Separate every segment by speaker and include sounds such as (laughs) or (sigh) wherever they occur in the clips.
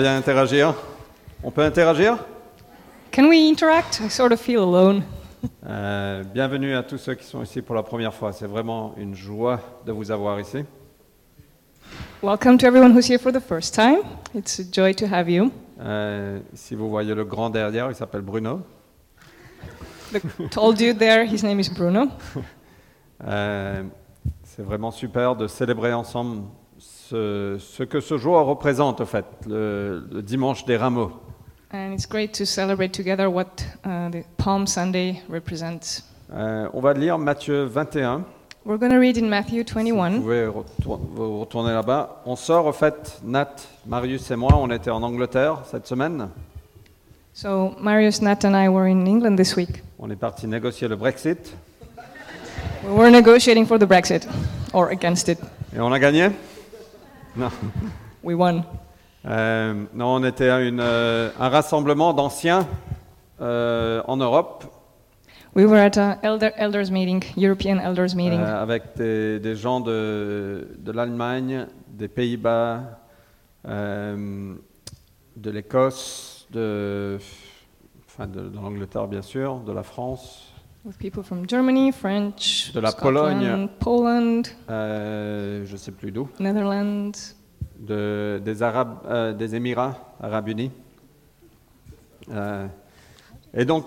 Speaker 1: Bien interagir On peut interagir
Speaker 2: Can we interact? I sort of feel alone.
Speaker 1: Euh, Bienvenue à tous ceux qui sont ici pour la première fois. C'est vraiment une joie de vous avoir ici.
Speaker 2: Welcome to everyone who's here for the first time. It's a joy to have you.
Speaker 1: Euh, si vous voyez le grand derrière, il s'appelle Bruno.
Speaker 2: The tall dude there, his name is Bruno.
Speaker 1: Euh, c'est vraiment super de célébrer ensemble ce, ce que ce jour représente, en fait, le, le dimanche des rameaux.
Speaker 2: And it's great to celebrate together what uh, the Palm Sunday represents.
Speaker 1: Euh, on va lire Matthieu 21.
Speaker 2: We're going to read in Matthew
Speaker 1: Si vous
Speaker 2: 21.
Speaker 1: pouvez retour- vous retourner là-bas. On sort, en fait, Nat, Marius et moi, on était en Angleterre cette semaine.
Speaker 2: So, Marius, Nat, and I were in England this week.
Speaker 1: On est parti négocier le Brexit
Speaker 2: We were negotiating for the Brexit, or against it.
Speaker 1: et on a gagné Non.
Speaker 2: We won.
Speaker 1: Euh, non, on était à une, euh, un rassemblement d'anciens euh, en Europe
Speaker 2: We were at an elder, elders meeting, European elders meeting.
Speaker 1: euh, avec des, des gens de, de l'Allemagne, des Pays-Bas, euh, de l'Écosse, de, enfin, de- de l'Angleterre bien sûr, de la France,
Speaker 2: with people from Germany, French,
Speaker 1: De la Pologne.
Speaker 2: Scotland, Poland,
Speaker 1: euh, je ne sais plus d'où,
Speaker 2: Netherlands,
Speaker 1: de- des Arabes, euh, des Émirats Arabes Unis. Euh, et donc,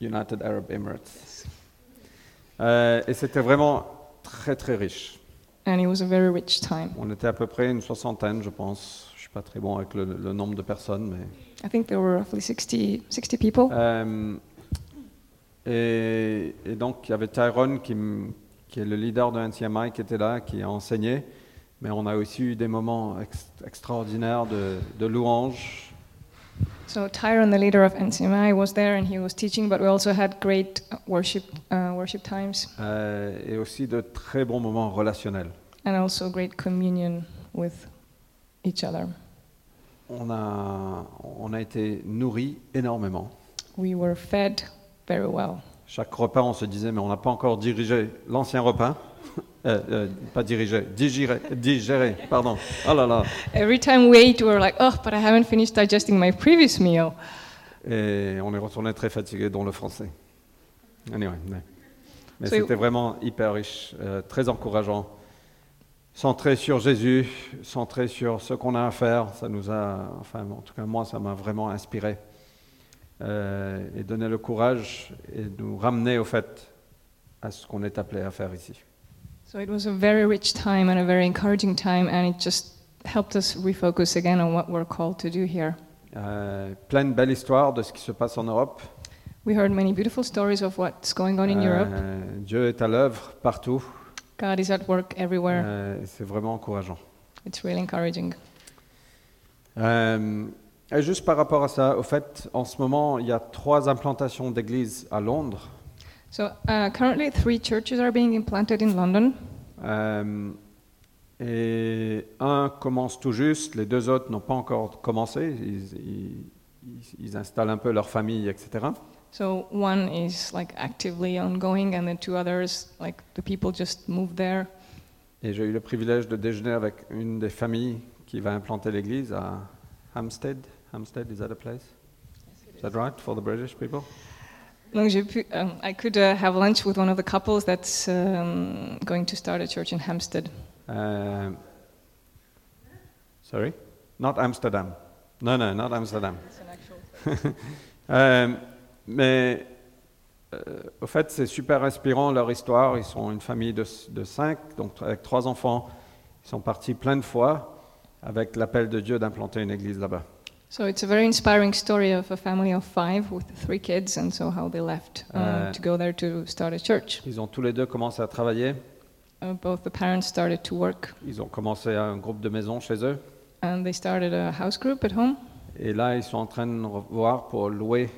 Speaker 1: United Arab Emirates. Euh, et c'était vraiment très très riche.
Speaker 2: and it was a very rich time.
Speaker 1: On était à peu près une soixantaine, je pense. Je suis pas très bon avec le, le nombre de personnes, mais.
Speaker 2: I think there were roughly 60, 60 people,
Speaker 1: Euh, et, et donc, il y avait Tyrone qui, m- qui est le leader de NCMI qui était là, qui a enseigné. Mais on a aussi eu des moments ex- extraordinaires de, de louanges.
Speaker 2: so Tyrone, the leader of NCMI, was there and he was teaching. But we also had great worship uh, worship times
Speaker 1: Euh, et aussi de très bons moments relationnels.
Speaker 2: and also great communion with each other.
Speaker 1: On a, on a été nourris énormément.
Speaker 2: We were fed very well.
Speaker 1: Chaque repas, on se disait, mais on n'a pas encore dirigé l'ancien repas. (laughs) Euh, euh, pas dirigé, digéré, digéré, pardon. Oh là là.
Speaker 2: Every time we ate, we were like, oh, but I haven't finished digesting my previous meal.
Speaker 1: Et on est retourné très fatigué, dont le français. Anyway, mais mais
Speaker 2: So you-
Speaker 1: c'était vraiment hyper riche, euh, très encourageant. Centré sur Jésus, centré sur ce qu'on a à faire, ça nous a, enfin en tout cas moi, ça m'a vraiment inspiré. Euh, et donné le courage et nous ramener au fait à ce qu'on est appelé à faire ici.
Speaker 2: So it was a very rich time and a very encouraging time, and it just helped us refocus again on what we're called to do here.
Speaker 1: Euh, plein de belles histoires de ce qui se passe en Europe.
Speaker 2: We heard many beautiful stories of what's going on in Europe.
Speaker 1: Euh, Dieu est à l'œuvre partout.
Speaker 2: God is at work everywhere.
Speaker 1: Euh, c'est vraiment encourageant.
Speaker 2: It's really encouraging.
Speaker 1: Euh, et juste par rapport à ça, au fait, en ce moment, il y a trois implantations d'églises à Londres.
Speaker 2: So uh, currently, three churches are being implanted in London.
Speaker 1: Euh, et un commence tout juste, les deux autres n'ont pas encore commencé. Ils, ils- ils- ils installent un peu leur famille, etc.
Speaker 2: So one is like actively ongoing, and the two others, like the people just moved there.
Speaker 1: Et j'ai eu le privilège de déjeuner avec une des familles qui va implanter l'église à Hampstead. Hampstead, is that a place? Is that right for the British people?
Speaker 2: Donc j'ai pu- um, I could uh, have lunch with one of the couples that's um, going to start a church in Hampstead.
Speaker 1: Um, sorry? Not Amsterdam. No, no, not Amsterdam. (laughs) Euh, mais euh, au fait, c'est super inspirant leur histoire. Ils sont une famille de, de cinq, donc avec trois enfants. Ils sont partis plein de fois avec l'appel de Dieu d'implanter une église là-bas.
Speaker 2: So it's a very inspiring story of a family of five with three kids, and so how they left uh,
Speaker 1: Uh,
Speaker 2: to go there to start a church.
Speaker 1: Ils ont tous les deux commencé à travailler.
Speaker 2: Uh, both the parents started to work,
Speaker 1: Ils ont commencé un groupe de maison chez eux.
Speaker 2: and they started a house group at home.
Speaker 1: Et là, ils sont en train de voir pour louer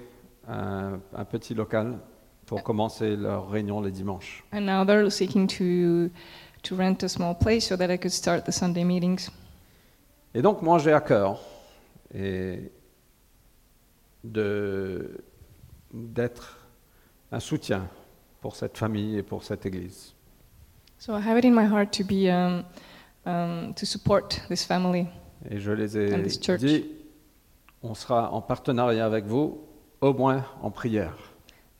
Speaker 1: un, un petit local pour commencer leur réunion les dimanches.
Speaker 2: And now they're seeking to to rent a small place so that I could start the Sunday meetings.
Speaker 1: Et donc, moi, j'ai à cœur et de- d'être un soutien pour cette famille et pour cette église.
Speaker 2: So I have it in my heart to be um, um, to support this family.
Speaker 1: Et je les ai
Speaker 2: And this church.
Speaker 1: dit, on sera en partenariat avec vous, au moins en prière.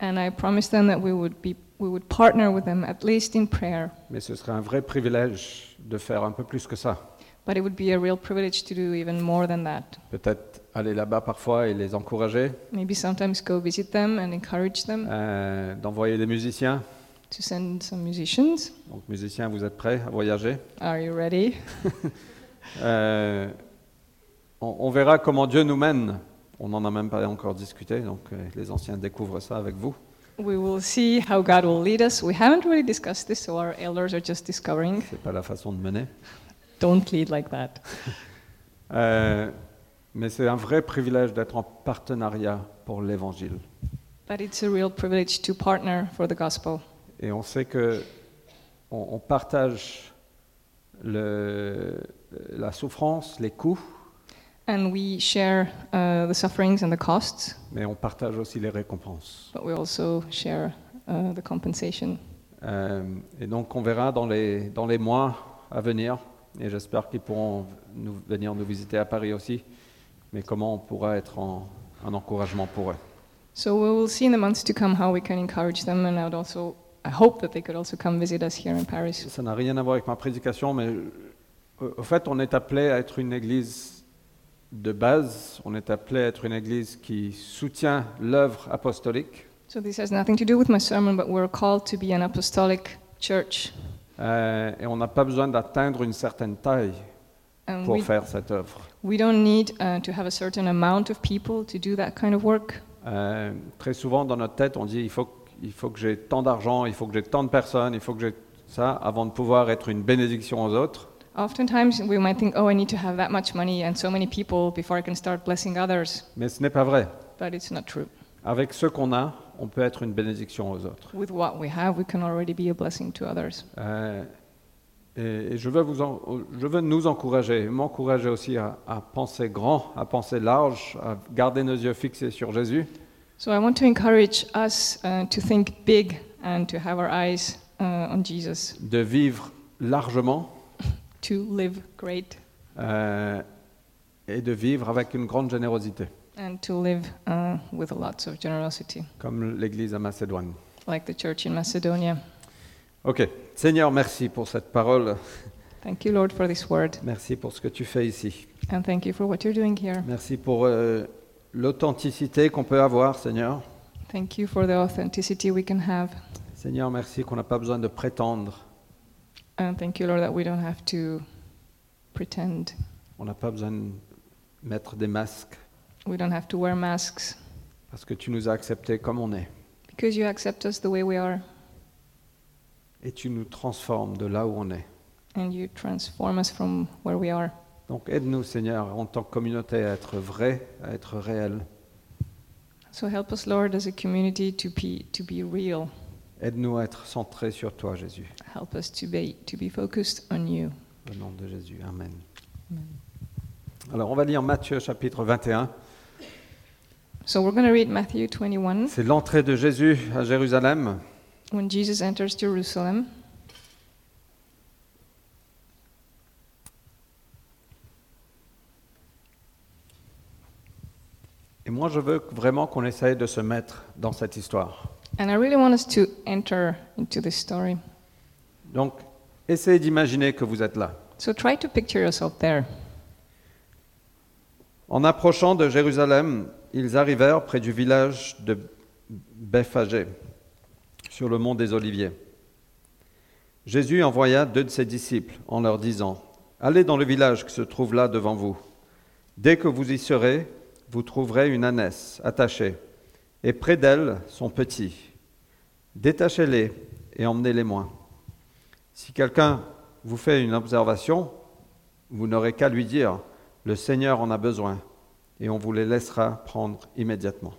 Speaker 2: And I promised them that we would, be, we would partner with them, at least in prayer.
Speaker 1: Mais ce serait un vrai privilège de faire un peu plus que ça.
Speaker 2: But it would be a real privilege to do even more than that.
Speaker 1: Peut-être aller là-bas parfois et les encourager,
Speaker 2: Maybe sometimes go visit them and encourage them
Speaker 1: euh, d'envoyer des musiciens.
Speaker 2: to send some musicians.
Speaker 1: Donc musiciens, vous êtes prêts à voyager
Speaker 2: Are you ready?
Speaker 1: Euh, on, on verra comment Dieu nous mène. On n'en a même pas encore discuté, donc euh, les anciens découvrent ça avec vous.
Speaker 2: We will see how God will lead us. We haven't really discussed this, so our elders are just discovering.
Speaker 1: C'est pas la façon de mener.
Speaker 2: Don't lead like that.
Speaker 1: Euh, mais c'est un vrai privilège d'être en partenariat pour l'Évangile.
Speaker 2: But it's a real privilege to partner for the gospel.
Speaker 1: Et on sait que on, on partage le- la souffrance, les coûts,
Speaker 2: And we share uh, the sufferings and the costs,
Speaker 1: mais on partage aussi les récompenses.
Speaker 2: but we also share uh, the compensation.
Speaker 1: Euh, et donc on verra dans les, dans les mois à venir, et j'espère qu'ils pourront nous, venir nous visiter à Paris aussi, mais comment on pourra être en- un encouragement pour eux.
Speaker 2: So we will see in the months to come how we can encourage them, and I would also I hope that they could also come visit us here in Paris.
Speaker 1: Ça n'a rien à voir avec ma prédication, mais euh, au fait, on est appelé à être une église de base, on est appelé à être une église qui soutient l'œuvre apostolique.
Speaker 2: So this has nothing to do with my sermon, but we're called to be an apostolic church,
Speaker 1: euh, et on n'a pas besoin d'atteindre une certaine taille
Speaker 2: and
Speaker 1: pour
Speaker 2: we,
Speaker 1: faire cette œuvre.
Speaker 2: we don't need uh, to have a certain amount of people to do that kind of work.
Speaker 1: Euh, très souvent, dans notre tête, on dit il faut, que- il faut que j'ai tant d'argent, il faut que j'ai tant de personnes, il faut que j'ai ça avant de pouvoir être une bénédiction aux autres.
Speaker 2: Oftentimes we might think, oh, I need to have that much money and so many people before I can start blessing others,
Speaker 1: Mais ce n'est pas vrai.
Speaker 2: but it's not true.
Speaker 1: Avec ce qu'on a, on peut être une bénédiction aux autres.
Speaker 2: With what we have, we can already be a blessing to others.
Speaker 1: Euh, et et je, veux vous en- je veux nous encourager, m'encourager aussi à, à penser grand, à penser large, à garder nos yeux fixés sur Jésus.
Speaker 2: So I want to encourage us uh, to think big and to have our eyes uh, on Jesus.
Speaker 1: de vivre largement
Speaker 2: to live great
Speaker 1: euh, et de vivre avec une grande générosité,
Speaker 2: and to live uh, with lots of generosity,
Speaker 1: comme l'Église à Macédoine.
Speaker 2: like the church in Macedonia.
Speaker 1: Ok, Seigneur, merci pour cette parole,
Speaker 2: Thank you, Lord, for this word,
Speaker 1: merci pour ce que tu fais ici,
Speaker 2: and thank you for what you're doing here.
Speaker 1: merci pour euh, l'authenticité qu'on peut avoir, Seigneur.
Speaker 2: Thank you for the authenticity we can have,
Speaker 1: Seigneur, merci qu'on n'a pas besoin de prétendre,
Speaker 2: and thank you, Lord, that we don't have to pretend.
Speaker 1: on n'a pas besoin de mettre des masques,
Speaker 2: We don't have to wear masks
Speaker 1: parce que tu nous as acceptés comme on est,
Speaker 2: because you accept us the way we are,
Speaker 1: et tu nous transformes de là où on est.
Speaker 2: and you transform us from where we are.
Speaker 1: Donc aide-nous, Seigneur, en tant que communauté, à être vrai, à être réel.
Speaker 2: So help us, Lord, as a community to be to be real.
Speaker 1: Aide-nous à être centrés sur toi, Jésus.
Speaker 2: Help us to be to be focused on you.
Speaker 1: Au nom de Jésus. Amen.
Speaker 2: Amen.
Speaker 1: Alors, on va lire Matthieu chapitre 21.
Speaker 2: So we're going to read Matthew 21.
Speaker 1: C'est l'entrée de Jésus à Jérusalem.
Speaker 2: when Jesus enters Jerusalem,
Speaker 1: Et moi, je veux vraiment qu'on essaye de se mettre dans cette histoire.
Speaker 2: and I really want us to enter into this story.
Speaker 1: Donc, essayez d'imaginer que vous êtes là.
Speaker 2: So try to picture yourself there.
Speaker 1: En approchant de Jérusalem, ils arrivèrent près du village de Béphagé, sur le mont des Oliviers. Jésus envoya deux de ses disciples en leur disant Allez dans le village qui se trouve là devant vous. Dès que vous y serez, vous trouverez uneânesse attachée, et près d'elle son petit. Détachez-les et emmenez-les loin. Si quelqu'un vous fait une observation, vous n'aurez qu'à lui dire le Seigneur en a besoin, et on vous les laissera prendre immédiatement.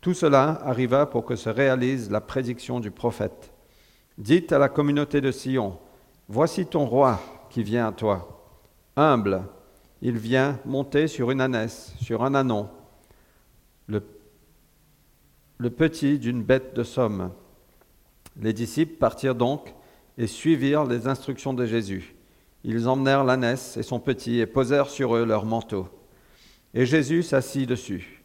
Speaker 1: Tout cela arriva pour que se réalise la prédiction du prophète. Dites à la communauté de Sion, Voici ton roi qui vient à toi, humble, il vient monter sur uneânesse, sur un anon, le, le petit d'une bête de somme. Les disciples partirent donc et suivirent les instructions de Jésus. Ils emmenèrent l'ânesse et son petit et posèrent sur eux leurs manteaux. Et Jésus s'assit dessus.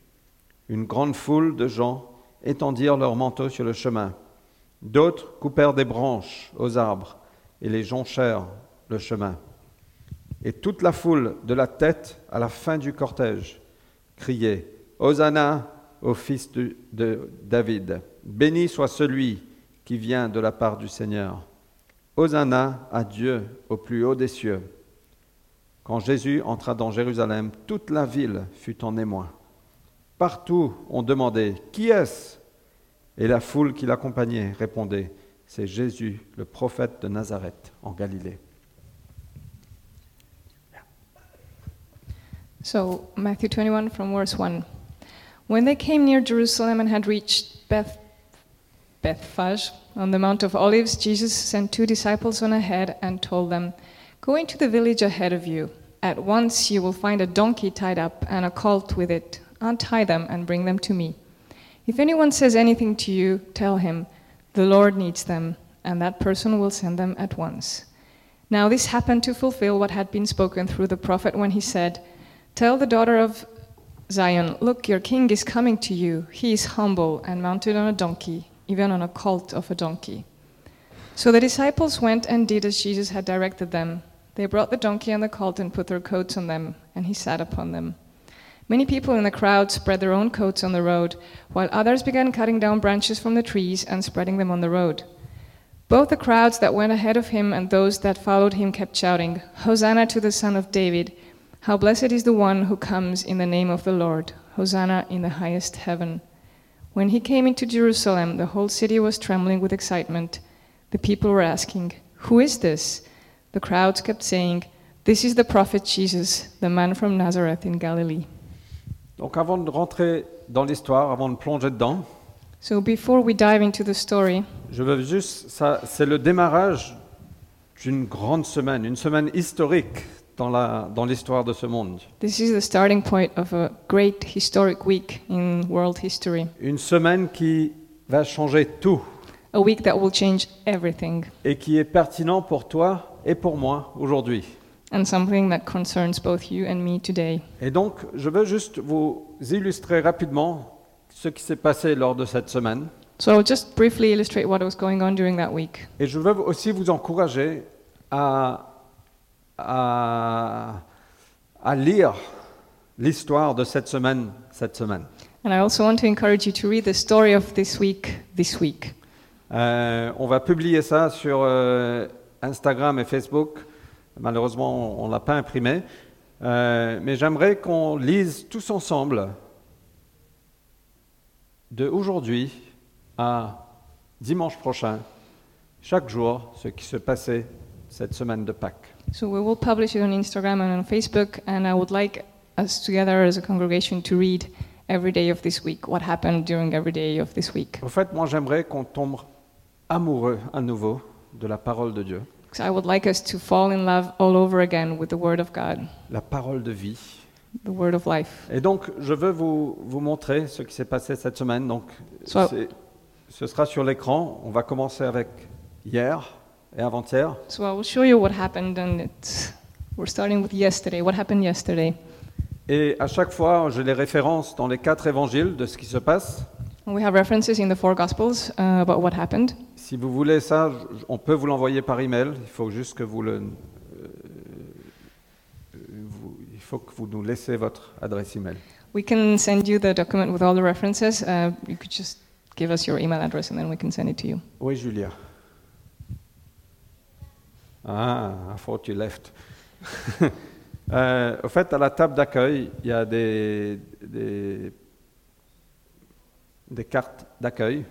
Speaker 1: Une grande foule de gens étendirent leurs manteaux sur le chemin. D'autres coupèrent des branches aux arbres et les jonchèrent le chemin. Et toute la foule, de la tête à la fin du cortège, criait Hosanna au fils de, de David. Béni soit celui qui vient de la part du Seigneur. Hosanna à Dieu au plus haut des cieux. Quand Jésus entra dans Jérusalem, toute la ville fut en émoi. Partout on demandait Qui est-ce Et la foule qui l'accompagnait répondait C'est Jésus, le prophète de Nazareth, en Galilée.
Speaker 2: So, Matthew 21 from verse 1. When they came near Jerusalem and had reached Beth, Bethphage on the Mount of Olives, Jesus sent two disciples on ahead and told them, Go into the village ahead of you. At once you will find a donkey tied up and a colt with it. Untie them and bring them to me. If anyone says anything to you, tell him, The Lord needs them, and that person will send them at once. Now this happened to fulfill what had been spoken through the prophet when he said, Tell the daughter of Zion, look, your king is coming to you. He is humble and mounted on a donkey, even on a colt of a donkey. So the disciples went and did as Jesus had directed them. They brought the donkey and the colt and put their coats on them, and he sat upon them. Many people in the crowd spread their own coats on the road, while others began cutting down branches from the trees and spreading them on the road. Both the crowds that went ahead of him and those that followed him kept shouting, Hosanna to the Son of David! How blessed is the one who comes in the name of the Lord! Hosanna in the highest heaven! When he came into Jerusalem, the whole city was trembling with excitement. The people were asking, Who is this? The crowds kept saying, This is the prophet Jesus, the man from Nazareth in Galilee.
Speaker 1: Donc avant de rentrer dans l'histoire, avant de plonger dedans,
Speaker 2: So before we dive into the story,
Speaker 1: je veux juste, ça, c'est le démarrage d'une grande semaine, une semaine historique dans, la, dans l'histoire de ce monde.
Speaker 2: this is the starting point of a great historic week in world history,
Speaker 1: Une semaine qui va changer tout
Speaker 2: a week that will change everything,
Speaker 1: et qui est pertinent pour toi et pour moi aujourd'hui.
Speaker 2: and something that concerns both you and me today.
Speaker 1: Et donc, je veux juste vous illustrer rapidement ce qui s'est passé lors de cette semaine.
Speaker 2: So I'll just briefly illustrate what was going on during that week.
Speaker 1: Et je veux aussi vous encourager à, à, à lire l'histoire de cette semaine, cette semaine.
Speaker 2: And I also want to encourage you to read the story of this week this week.
Speaker 1: Euh, on va publier ça sur euh, Instagram et Facebook. Malheureusement, on ne l'a pas imprimé. Euh, mais j'aimerais qu'on lise tous ensemble de aujourd'hui à dimanche prochain, chaque jour, ce qui se passait cette semaine de Pâques.
Speaker 2: So we will publish it on Instagram and on Facebook, and I would like us together as a congregation to read every day of this week what happened during every day of this week.
Speaker 1: En fait, moi, j'aimerais qu'on tombe amoureux à nouveau de la parole de Dieu,
Speaker 2: Because I would like us to fall in love all over again with the Word of God,
Speaker 1: la parole de vie.
Speaker 2: the Word of life.
Speaker 1: Et donc, je veux vous, vous montrer ce qui s'est passé cette semaine. Donc,
Speaker 2: Soit-
Speaker 1: c'est- ce sera sur l'écran. On va commencer avec hier et avant-hier.
Speaker 2: So I will show you what happened, and it's, we're starting with yesterday. What happened yesterday?
Speaker 1: Et à chaque fois, j'ai les références dans les quatre évangiles de ce qui se passe.
Speaker 2: And we have references in the four Gospels uh, about what happened.
Speaker 1: Si vous voulez ça, je- on peut vous l'envoyer par email. Il faut juste que vous le. euh, vous- il faut que vous nous laissiez votre adresse email.
Speaker 2: We can send you the document with all the references. Uh, you could just give us your email address, and then we can send it to you.
Speaker 1: Oui, Julia. Ah, I thought you left. (laughs) Euh, au fait, à la table d'accueil, il y a des, des, des cartes d'accueil.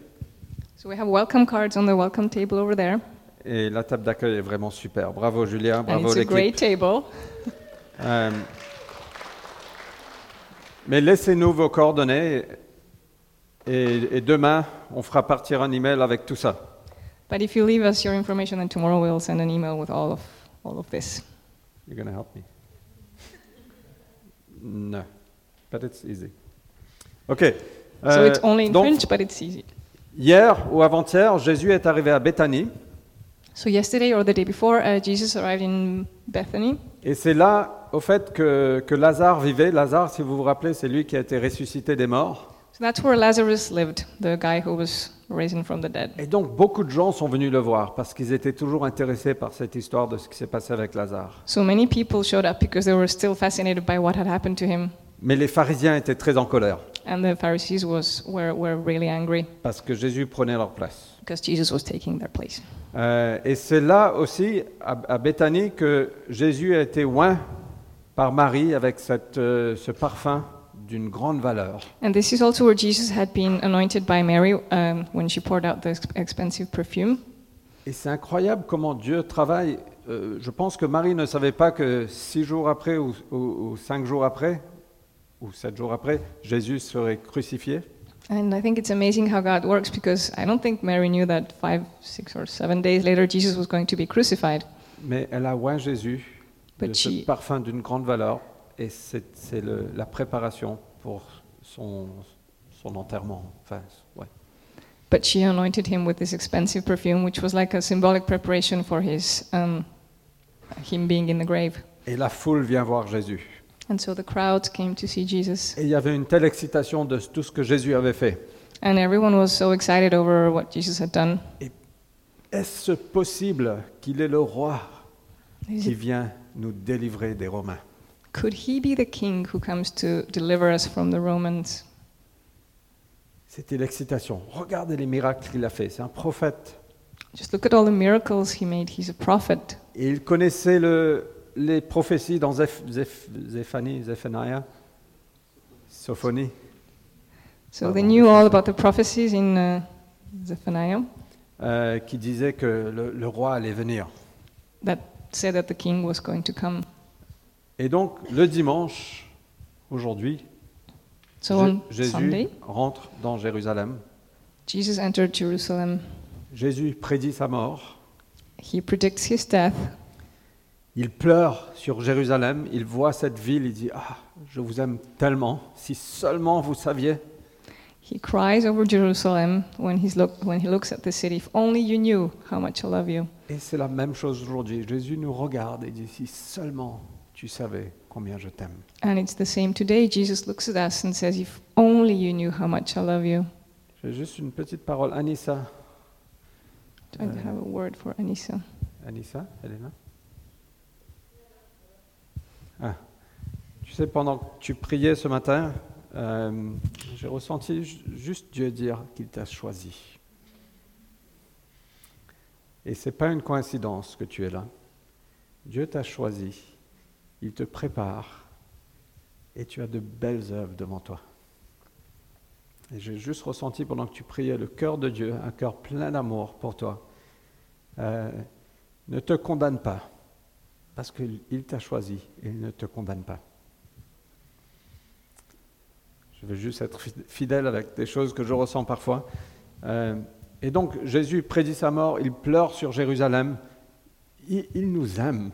Speaker 2: So we have welcome cards on the welcome table over there,
Speaker 1: Et la table d'accueil est vraiment super. Bravo, Julia.
Speaker 2: and
Speaker 1: Bravo,
Speaker 2: Ah, it's a great
Speaker 1: l'équipe.
Speaker 2: table.
Speaker 1: Euh, mais laissez-nous vos coordonnées. Et, et demain, on fera partir un email avec tout ça.
Speaker 2: But if you leave us your information, then tomorrow we'll send an email with all of all of this.
Speaker 1: You're gonna help me. No, but it's easy. Ok.
Speaker 2: so
Speaker 1: euh,
Speaker 2: it's only in
Speaker 1: donc,
Speaker 2: French, but it's easy.
Speaker 1: hier ou avant-hier, Jésus est arrivé à Béthanie
Speaker 2: So yesterday or the day before, uh, Jesus arrived in Bethany,
Speaker 1: Et c'est là, au fait, que, que Lazare vivait. Lazare, si vous vous rappelez, c'est lui qui a été ressuscité des morts.
Speaker 2: so that's where Lazarus lived, the guy who was risen from the dead.
Speaker 1: Et donc, beaucoup de gens sont venus le voir parce qu'ils étaient toujours intéressés par cette histoire de ce qui s'est passé avec Lazare.
Speaker 2: So many people showed up because they were still fascinated by what had happened to him,
Speaker 1: Mais les pharisiens étaient très en colère
Speaker 2: and the Pharisees was were, were really angry
Speaker 1: parce que Jésus prenait leur place.
Speaker 2: because Jesus was taking their place.
Speaker 1: Euh, et c'est là aussi, à, à Béthanie, que Jésus a été oint par Marie avec cette, euh, ce parfum d'une grande valeur.
Speaker 2: And this is also where Jesus had been anointed by Mary um, when she poured out the ex- expensive perfume.
Speaker 1: Et c'est incroyable comment Dieu travaille. Euh, je pense que Marie ne savait pas que six jours après ou, ou- ou cinq jours après, ou sept jours après, Jésus serait crucifié.
Speaker 2: And I think it's amazing how God works because I don't think Mary knew that five, six, or seven days later Jesus was going to be crucified.
Speaker 1: Mais elle a oint Jésus de
Speaker 2: But
Speaker 1: ce
Speaker 2: she-
Speaker 1: parfum d'une grande valeur. Et c'est c'est le- la préparation pour son, son enterrement. Enfin, ouais.
Speaker 2: But she anointed him with this expensive perfume, which was like a symbolic preparation for his um, him being in the grave.
Speaker 1: Et la foule vient voir Jésus.
Speaker 2: And so the crowd came to see Jesus,
Speaker 1: Et il y avait une telle excitation de tout ce que Jésus avait fait.
Speaker 2: and everyone was so excited over what Jesus had done.
Speaker 1: Est-ce possible qu'il est le roi
Speaker 2: Is
Speaker 1: qui
Speaker 2: it-
Speaker 1: vient nous délivrer des Romains
Speaker 2: Could he be the king who comes to deliver us from the Romans?
Speaker 1: C'était l'excitation. Regardez les miracles qu'il a fait. C'est un prophète.
Speaker 2: Just look at all the miracles he made. He's a prophet.
Speaker 1: Et il connaissait le- les prophéties dans Zéph- Zéph- Zéphanie, Zephaniah, Sophonie.
Speaker 2: So they knew all about the prophecies in uh, Zephaniah
Speaker 1: euh, qui disait que le, le roi allait venir.
Speaker 2: that said that the king was going to come.
Speaker 1: Et donc, le dimanche, aujourd'hui,
Speaker 2: So
Speaker 1: Jé-
Speaker 2: on
Speaker 1: Jésus
Speaker 2: Sunday,
Speaker 1: rentre dans Jérusalem.
Speaker 2: Jesus entered Jerusalem.
Speaker 1: Jésus prédit sa mort.
Speaker 2: He predicts his death.
Speaker 1: Il pleure sur Jérusalem. Il voit cette ville. Il dit Ah, je vous aime tellement. Si seulement vous saviez.
Speaker 2: He cries over Jerusalem when, he's look, when he looks at the city. If only you knew how much I love you.
Speaker 1: Et c'est la même chose aujourd'hui. Jésus nous regarde et dit Si seulement tu savais combien je t'aime.
Speaker 2: And it's the same today. Jesus looks at us and says, If only you knew how much I love you.
Speaker 1: J'ai juste une petite parole. Anissa.
Speaker 2: Do I have a word for Anissa?
Speaker 1: Anissa, elle est là Ah. Tu sais, pendant que tu priais ce matin, euh, j'ai ressenti ju- juste Dieu dire qu'il t'a choisi. Et ce n'est pas une coïncidence que tu es là. Dieu t'a choisi, il te prépare, et tu as de belles œuvres devant toi. Et j'ai juste ressenti pendant que tu priais le cœur de Dieu, un cœur plein d'amour pour toi. Euh, ne te condamne pas, parce qu'il t'a choisi et il ne te condamne pas. Je veux juste être fi- fidèle avec des choses que je ressens parfois. Euh, et donc Jésus prédit sa mort, il pleure sur Jérusalem, il, il nous aime.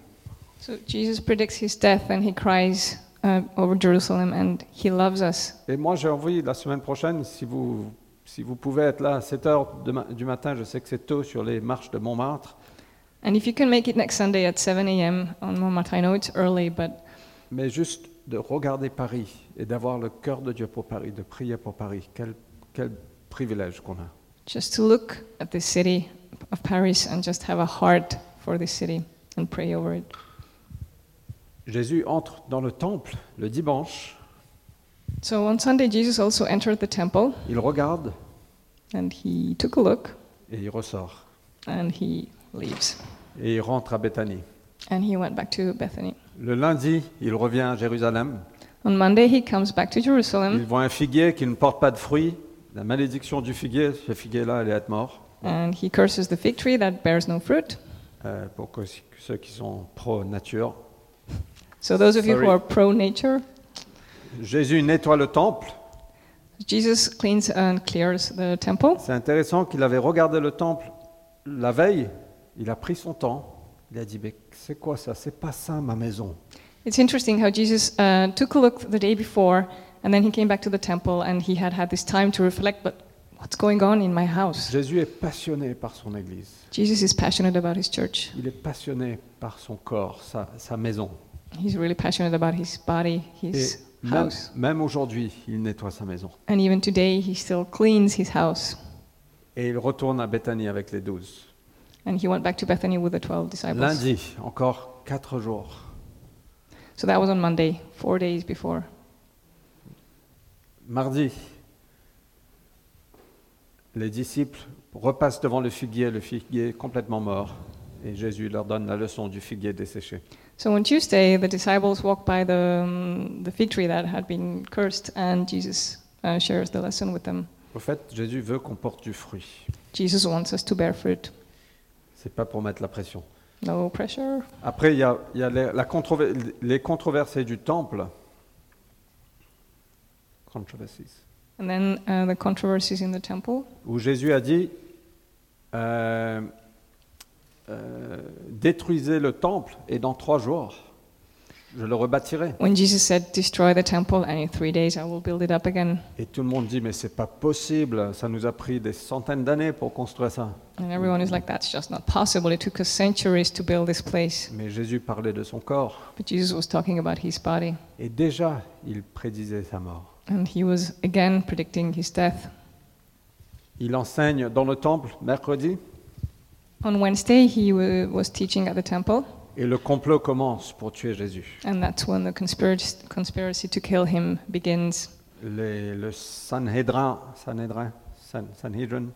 Speaker 2: So Jesus predicts his death and he cries uh, over Jerusalem and he loves us.
Speaker 1: Et moi j'ai envie la semaine prochaine, si vous, si vous pouvez être là à 7 heures demain- du matin, je sais que c'est tôt sur les marches de Montmartre,
Speaker 2: And if you can make it next Sunday at 7 a.m. on Montmartre, I know it's early, but
Speaker 1: mais juste de regarder Paris et d'avoir le cœur de Dieu pour Paris, de prier pour Paris. Quel, quel privilège qu'on a.
Speaker 2: just to look at the city of Paris and just have a heart for this city and pray over it.
Speaker 1: Jésus entre dans le temple le dimanche,
Speaker 2: So on Sunday, Jesus also entered the temple
Speaker 1: il regarde
Speaker 2: and he took a look
Speaker 1: et il ressort.
Speaker 2: and he leaves.
Speaker 1: Et il rentre à Béthanie.
Speaker 2: And he went back to Bethany.
Speaker 1: Le lundi, il revient à Jérusalem.
Speaker 2: On Monday, he comes back to
Speaker 1: Il
Speaker 2: Jerusalem
Speaker 1: voit un figuier qui ne porte pas de fruits. La malédiction du figuier, ce figuier-là allait être mort.
Speaker 2: and he curses the fig tree that bears no fruit.
Speaker 1: Euh, pour que- que ceux qui sont pro-nature.
Speaker 2: So, those of you who
Speaker 1: Sorry.
Speaker 2: are pro nature,
Speaker 1: Jésus nettoie le temple.
Speaker 2: Jesus cleans and clears the temple.
Speaker 1: C'est intéressant qu'il avait regardé le temple la veille. Il a pris son temps. Il a dit, mais c'est quoi ça C'est pas ça ma maison.
Speaker 2: It's interesting how Jesus uh, took a look the day before, and then he came back to the temple, and he had had this time to reflect. But What's going on in my house?
Speaker 1: Jésus est passionné par son Église.
Speaker 2: Jesus is passionate about his church.
Speaker 1: Il est passionné par son corps, sa, sa maison.
Speaker 2: He's really passionate about his body,
Speaker 1: Et
Speaker 2: his
Speaker 1: même,
Speaker 2: house.
Speaker 1: même aujourd'hui, il nettoie sa maison.
Speaker 2: And even today, he still cleans his house.
Speaker 1: Et il retourne à Béthanie avec les douze.
Speaker 2: And he went back to Bethany with the 12 disciples.
Speaker 1: Lundi, encore quatre jours.
Speaker 2: So that was on Monday, four days before.
Speaker 1: Mardi, les disciples repassent devant le figuier, le figuier complètement mort. Et Jésus leur donne la leçon du figuier desséché.
Speaker 2: So on Tuesday, the disciples walked by the, um, the fig tree that had been cursed, and Jesus uh, shares the lesson with them.
Speaker 1: Au fait, Jésus veut qu'on porte du fruit.
Speaker 2: Jesus wants us to bear fruit.
Speaker 1: C'est pas pour mettre la pression.
Speaker 2: No pressure.
Speaker 1: Après, il y a, il y a les, la controver- les controversées du temple. Controversies.
Speaker 2: And then uh, the controversies in the temple,
Speaker 1: Où Jésus a dit euh, euh, Détruisez le temple et dans trois jours, je le rebâtirai.
Speaker 2: when Jesus said, Destroy the temple, and in three days I will build it up again.
Speaker 1: Et tout le monde dit Mais c'est pas possible, ça nous a pris des centaines d'années pour construire ça.
Speaker 2: And everyone is like, That's just not possible. It took us centuries to build this place.
Speaker 1: Mais Jésus parlait de son corps.
Speaker 2: But Jesus was talking about his body,
Speaker 1: Et déjà, il prédisait sa mort.
Speaker 2: and he was again predicting his death.
Speaker 1: Il enseigne dans le temple mercredi
Speaker 2: On Wednesday, he wa was teaching at the temple.
Speaker 1: et le complot commence pour tuer Jésus.
Speaker 2: And that's when the conspiracy, conspiracy to kill him begins.
Speaker 1: les- le Sanhedrin, Sanhedrin, San- Sanhedrin,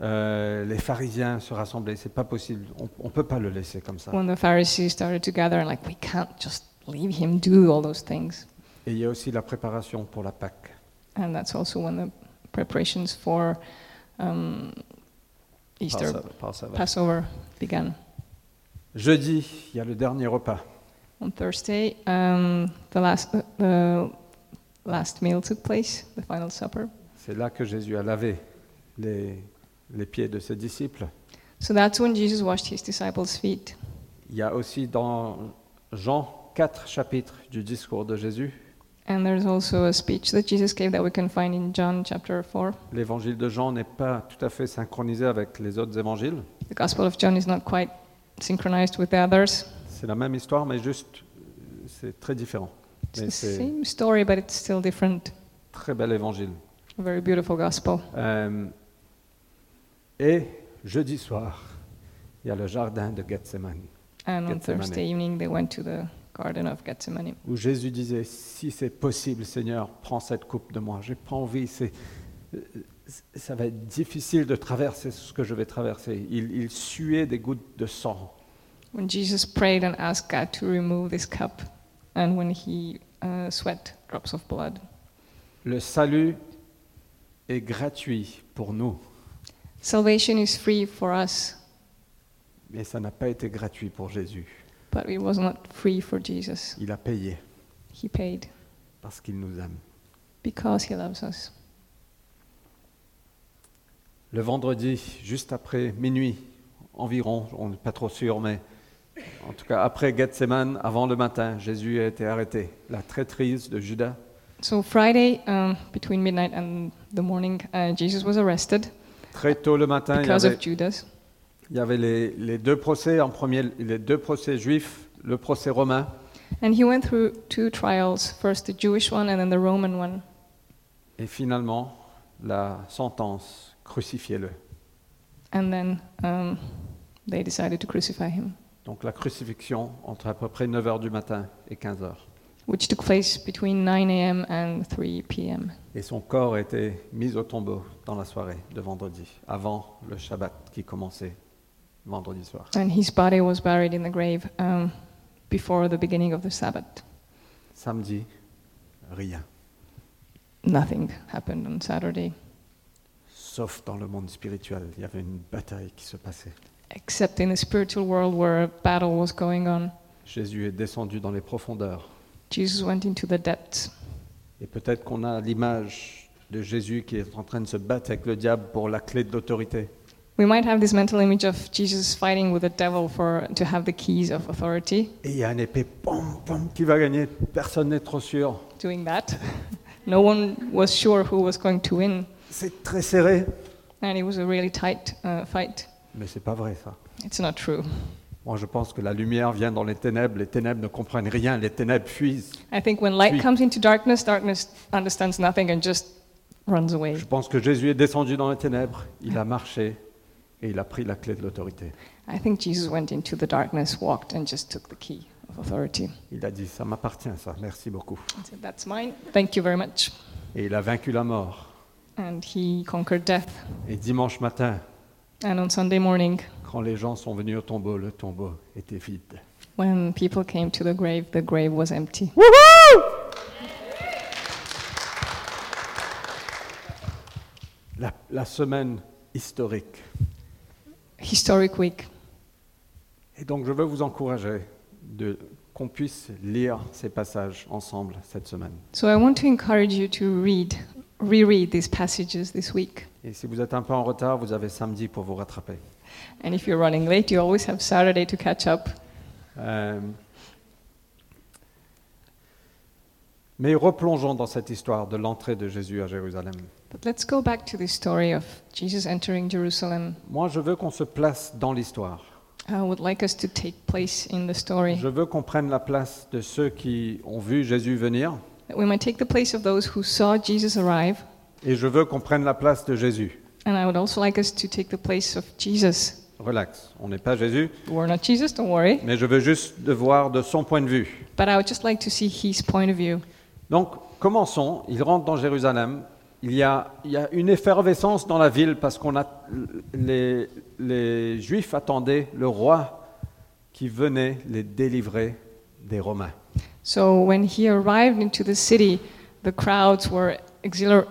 Speaker 1: euh, les pharisiens se rassemblaient. C'est pas possible. On, ne peut pas le laisser comme ça.
Speaker 2: When the Pharisees started to gather and like, we can't just leave him do all those things.
Speaker 1: Et il y a aussi la préparation pour la Pâque.
Speaker 2: And that's also when the preparations for um, Easter,
Speaker 1: Passover- Passover.
Speaker 2: Passover began.
Speaker 1: Jeudi, il y a le dernier repas.
Speaker 2: On Thursday, um, the last uh, the last meal took place, the final supper.
Speaker 1: C'est là que Jésus a lavé les, les pieds de ses disciples.
Speaker 2: So that's when Jesus washed his disciples' feet.
Speaker 1: Il y a aussi dans Jean quatre chapitres du discours de Jésus,
Speaker 2: And there's also a speech that Jesus gave that we can find in John chapter 4.
Speaker 1: l'évangile de Jean n'est pas tout à fait synchronisé avec les autres évangiles.
Speaker 2: The Gospel of John is not quite synchronized with the others.
Speaker 1: C'est la même histoire, mais juste, euh, c'est très différent.
Speaker 2: It's
Speaker 1: Mais
Speaker 2: the
Speaker 1: c'est
Speaker 2: same story, but it's still different.
Speaker 1: très bel évangile.
Speaker 2: A very beautiful gospel.
Speaker 1: Euh, et jeudi soir, il y a le jardin de Gethsemane,
Speaker 2: And on
Speaker 1: Gethsemane.
Speaker 2: Thursday evening, they went to the Garden of Gethsemane.
Speaker 1: où Jésus disait, si c'est possible, Seigneur, prends cette coupe de moi. J'ai pas envie, c'est, euh, ça va être difficile de traverser ce que je vais traverser. Il, il suait des gouttes de sang.
Speaker 2: When Jesus prayed and asked God to remove this cup, and when he uh, sweat drops of blood,
Speaker 1: Le salut est gratuit pour nous,
Speaker 2: salvation is free for us,
Speaker 1: mais ça n'a pas été gratuit pour Jésus.
Speaker 2: but it was not free for Jesus.
Speaker 1: Il a payé
Speaker 2: He paid
Speaker 1: parce qu'il nous aime.
Speaker 2: because he loves us.
Speaker 1: Le vendredi, juste après minuit environ, on n'est pas trop sûr, mais en tout cas après Gethsemane, avant le matin, Jésus a été arrêté. La traîtrise de Judas,
Speaker 2: So Friday, um, between midnight and the morning, uh, Jesus was arrested
Speaker 1: très tôt le matin, il y
Speaker 2: because
Speaker 1: avait,
Speaker 2: of Judas.
Speaker 1: il y avait les, les deux procès, en premier les deux procès juifs, le procès romain,
Speaker 2: And he went through two trials, first the Jewish one and then the Roman one.
Speaker 1: et finalement la sentence, crucifiez-le.
Speaker 2: And then um, they decided to crucify him,
Speaker 1: Donc la crucifixion entre à peu près 9h du matin et 15h.
Speaker 2: which took place between 9 a.m. and 3 p.m.
Speaker 1: Et son corps a été mis au tombeau dans la soirée de vendredi, avant le Shabbat qui commençait vendredi soir.
Speaker 2: And his body was buried in the grave um, before the beginning of the Sabbath.
Speaker 1: Samedi, rien,
Speaker 2: Nothing happened on Saturday,
Speaker 1: sauf dans le monde spirituel. Il y avait une bataille qui se passait.
Speaker 2: except in the spiritual world where a battle was going on.
Speaker 1: Jésus est descendu dans les profondeurs.
Speaker 2: Jesus went into the depths.
Speaker 1: Et peut-être qu'on a l'image de Jésus qui est en train de se battre avec le diable pour la clé d'autorité.
Speaker 2: We might have this mental image of Jesus fighting with the devil for to have the keys of authority,
Speaker 1: Et il y a une épée, pom, pom, qui va gagner. Personne n'est trop sûr.
Speaker 2: (laughs) doing that. no one was sure who was going to win.
Speaker 1: c'est très serré.
Speaker 2: and it was a really tight uh, fight.
Speaker 1: Mais c'est pas vrai ça.
Speaker 2: It's not true.
Speaker 1: Moi, je pense que la lumière vient dans les ténèbres, les ténèbres ne comprennent rien, les ténèbres fuient.
Speaker 2: I think when light
Speaker 1: Oui.
Speaker 2: comes into darkness, darkness understands nothing and just runs away.
Speaker 1: Je pense que Jésus est descendu dans les ténèbres, il a marché et il a pris la clé de l'autorité.
Speaker 2: I think Jesus went into the darkness, walked, and just took the key of authority.
Speaker 1: Il a dit, ça m'appartient ça, merci beaucoup.
Speaker 2: He said, That's mine. Thank you very much.
Speaker 1: Et il a vaincu la mort.
Speaker 2: And he conquered death.
Speaker 1: Et dimanche matin,
Speaker 2: And on Sunday morning,
Speaker 1: quand les gens sont venus au tombeau, le tombeau était vide.
Speaker 2: when people came to the grave, the grave was empty.
Speaker 1: La, la semaine historique.
Speaker 2: Historic week.
Speaker 1: Et donc je veux vous encourager de qu'on puisse lire ces passages ensemble cette semaine.
Speaker 2: So I want to encourage you to read, reread these passages this week.
Speaker 1: Et si vous êtes un peu en retard, vous avez samedi pour vous rattraper.
Speaker 2: And if you're running late, you always have Saturday to catch up.
Speaker 1: Euh, mais replongeons dans cette histoire de l'entrée de Jésus à Jérusalem.
Speaker 2: But let's go back to this story of Jesus entering Jerusalem.
Speaker 1: Moi, je veux qu'on se place dans l'histoire.
Speaker 2: I would like us to take place in the story,
Speaker 1: Je veux qu'on prenne la place de ceux qui ont vu Jésus venir
Speaker 2: that we might take the place of those who saw Jesus arrive.
Speaker 1: et je veux qu'on prenne la place de Jésus.
Speaker 2: And I would also like us to take the place of Jesus.
Speaker 1: Relax, on n'est pas Jésus,
Speaker 2: We're not Jesus, don't worry.
Speaker 1: mais je veux juste de voir de son point de vue.
Speaker 2: But I would just like to see his point of view.
Speaker 1: Donc, commençons. Il rentre dans Jérusalem. Il y a, il y a une effervescence dans la ville parce qu'on a les, les Juifs attendaient le roi qui venait les délivrer des Romains.
Speaker 2: So when he arrived into the city, the crowds were exhilar-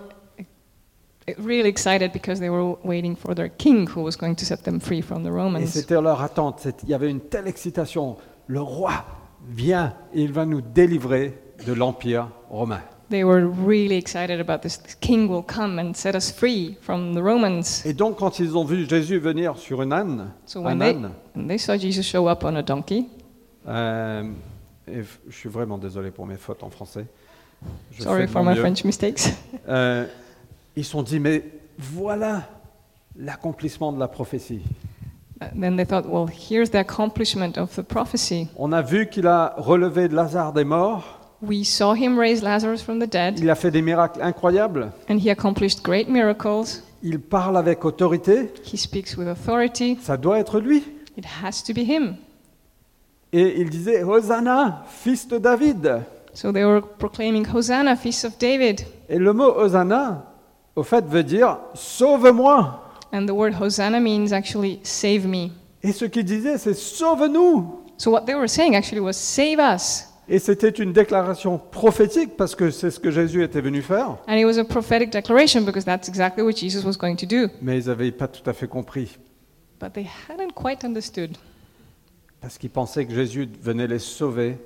Speaker 2: really excited because they were waiting for their king who was going to set them free from the
Speaker 1: Et
Speaker 2: Romans.
Speaker 1: c'était leur attente. C'est- Il y avait une telle excitation. Le roi vient et il va nous délivrer de l'empire romain.
Speaker 2: They were really excited about this. This king will come and set us free from the Romans.
Speaker 1: Et donc, quand ils ont vu Jésus venir sur une âne,
Speaker 2: So
Speaker 1: un
Speaker 2: when they,
Speaker 1: âne,
Speaker 2: when they saw Jesus show up on a donkey,
Speaker 1: euh, et f- je suis vraiment désolé pour mes fautes en français. Je fais
Speaker 2: sorry
Speaker 1: de
Speaker 2: for
Speaker 1: mon
Speaker 2: my
Speaker 1: mieux.
Speaker 2: French mistakes, (laughs)
Speaker 1: Euh, ils se sont dit, mais voilà l'accomplissement de la prophétie.
Speaker 2: uh, then they thought, well, here's the accomplishment of the prophecy.
Speaker 1: On a vu qu'il a relevé Lazare des morts,
Speaker 2: We saw him raise Lazarus from the dead,
Speaker 1: il a fait des miracles incroyables,
Speaker 2: and he accomplished great miracles.
Speaker 1: il parle avec autorité,
Speaker 2: He speaks with authority.
Speaker 1: ça doit être lui.
Speaker 2: It has to be him.
Speaker 1: Et il disait, Hosanna, fils de David.
Speaker 2: So they were proclaiming Hosanna, feast of David.
Speaker 1: Et le mot Hosanna, au fait, veut dire, sauve-moi.
Speaker 2: And the word Hosanna means actually save me.
Speaker 1: Et ce qu'il disait, c'est sauve-nous.
Speaker 2: So what they were saying actually was save us.
Speaker 1: Et c'était une déclaration prophétique parce que c'est ce que Jésus était venu faire.
Speaker 2: And it was a prophetic declaration because that's exactly what Jesus was going to do.
Speaker 1: Mais ils n'avaient pas tout à fait compris
Speaker 2: But they hadn't quite understood
Speaker 1: parce qu'ils pensaient que Jésus venait les sauver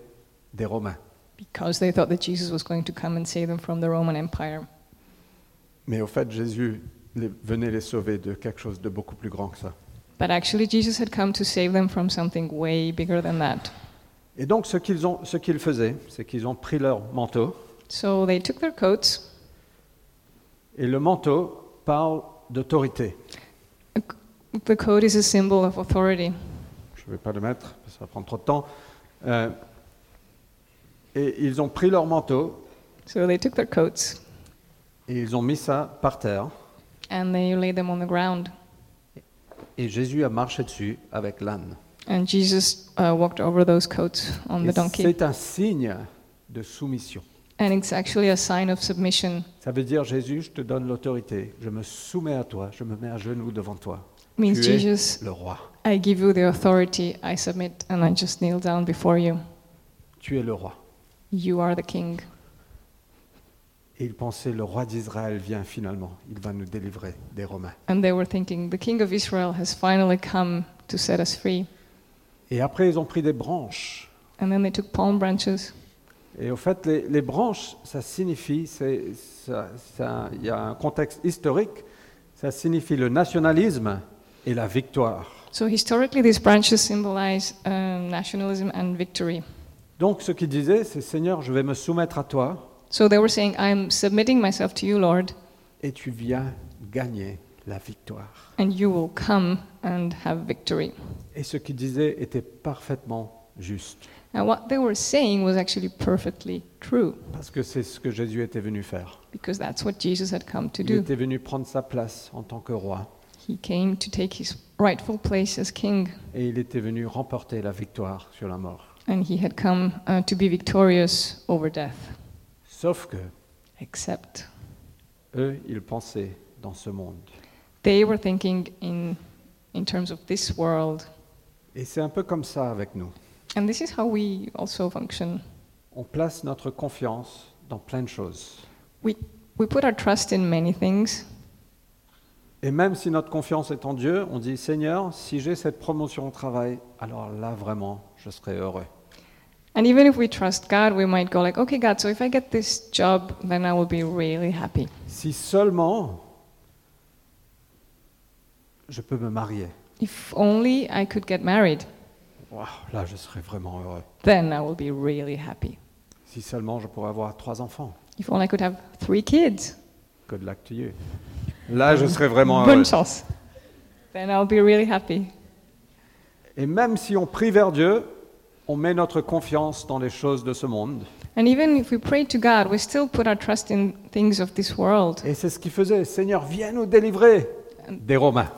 Speaker 1: des Romains.
Speaker 2: because they thought that Jesus was going to come and save them from the Roman Empire.
Speaker 1: Mais au fait, Jésus les- venait les sauver de quelque chose de beaucoup plus grand que ça.
Speaker 2: But actually, Jesus had come to save them from something way bigger than that.
Speaker 1: Et donc, ce qu'ils ont- ce qu'ils faisaient, c'est qu'ils ont pris leur manteau
Speaker 2: So they took their coats.
Speaker 1: et le manteau parle d'autorité.
Speaker 2: The coat is a symbol of authority.
Speaker 1: Je ne vais pas le mettre, parce que ça va prendre trop de temps. Euh, et ils ont pris leur manteau
Speaker 2: So they took their coats
Speaker 1: et ils ont mis ça par terre.
Speaker 2: and they laid them on the ground.
Speaker 1: Et Jésus a marché dessus avec l'âne.
Speaker 2: And Jesus uh, walked over those coats on the
Speaker 1: Et
Speaker 2: donkey.
Speaker 1: C'est un signe de soumission.
Speaker 2: And it's actually a sign of submission,
Speaker 1: Ça veut dire Jésus, je te donne l'autorité, je me soumets à toi, je me mets à genoux devant toi.
Speaker 2: means
Speaker 1: tu es
Speaker 2: Jesus,
Speaker 1: le roi.
Speaker 2: I give you the authority, I submit, and I just kneel down before you.
Speaker 1: Tu es le roi.
Speaker 2: You are the king.
Speaker 1: Et il pensait le roi d'Israël vient finalement, il va nous délivrer des Romains.
Speaker 2: And they were thinking, the king of Israel has finally come to set us free.
Speaker 1: Et après, ils ont pris des branches.
Speaker 2: And then they took palm branches.
Speaker 1: Et au fait, les, les branches, ça signifie, c'est- ça- ça- il y a un contexte historique, ça signifie le nationalisme et la victoire.
Speaker 2: So historically, these branches symbolize um, nationalism and victory.
Speaker 1: Donc ce qu'il disait, c'est Seigneur, je vais me soumettre à toi
Speaker 2: So they were saying, I'm submitting myself to you, Lord,
Speaker 1: et tu viens gagner la victoire.
Speaker 2: and you will come and have victory.
Speaker 1: Et ce qu'il disait était parfaitement juste,
Speaker 2: And what they were saying was actually perfectly true,
Speaker 1: parce que c'est ce que Jésus était venu faire.
Speaker 2: because that's what Jesus had come to
Speaker 1: Il
Speaker 2: do.
Speaker 1: était venu prendre sa place en tant que roi,
Speaker 2: He came to take his rightful place as king,
Speaker 1: et il était venu remporter la victoire sur la mort.
Speaker 2: and he had come uh, to be victorious over death.
Speaker 1: Sauf que
Speaker 2: Except
Speaker 1: eux, ils pensaient dans ce monde.
Speaker 2: they were thinking in, in terms of this world.
Speaker 1: Et c'est un peu comme ça avec nous.
Speaker 2: And this is how we also function.
Speaker 1: On place notre confiance dans plein de choses.
Speaker 2: We, we put our trust in many things,
Speaker 1: Et même si notre confiance est en Dieu, on dit Seigneur, si j'ai cette promotion au travail, alors là vraiment, je serai heureux.
Speaker 2: And even if we trust God, we might go like, okay, God, so if I get this job, then I will be really happy.
Speaker 1: Si seulement je peux me marier,
Speaker 2: If only I could get married,
Speaker 1: waouh, là je serai vraiment heureux.
Speaker 2: then I will be really happy.
Speaker 1: Si seulement je pourrais avoir trois enfants,
Speaker 2: If only I could have three kids,
Speaker 1: good luck to you. Là je serai vraiment heureux.
Speaker 2: bonne chance, then I'll be really happy.
Speaker 1: Et même si on prie vers Dieu, on met notre confiance dans les choses de ce monde.
Speaker 2: And even if we pray to God, we still put our trust in things of this world.
Speaker 1: Et c'est ce qu'il faisait. Seigneur, viens nous délivrer des Romains.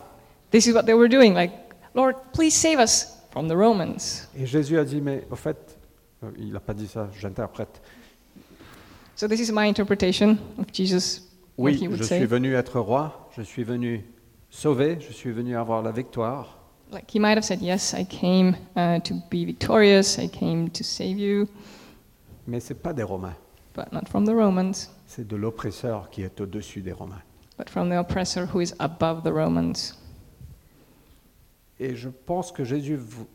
Speaker 2: This is what they were doing, like, Lord, please save us from the Romans.
Speaker 1: Et Jésus a dit, mais au fait, euh, il n'a pas dit ça, j'interprète.
Speaker 2: So this is my interpretation of Jesus, what
Speaker 1: Oui,
Speaker 2: he would
Speaker 1: je
Speaker 2: say.
Speaker 1: suis venu être roi, je suis venu sauver, je suis venu avoir la victoire.
Speaker 2: Like he might have said, Yes, I came uh, to be victorious, I came to save you,
Speaker 1: Mais ce n'est pas des Romains,
Speaker 2: but not from the Romans,
Speaker 1: c'est de l'oppresseur qui est au-dessus des Romains.
Speaker 2: but from the oppressor who is above the Romans.
Speaker 1: Et je pense que Jésus vou-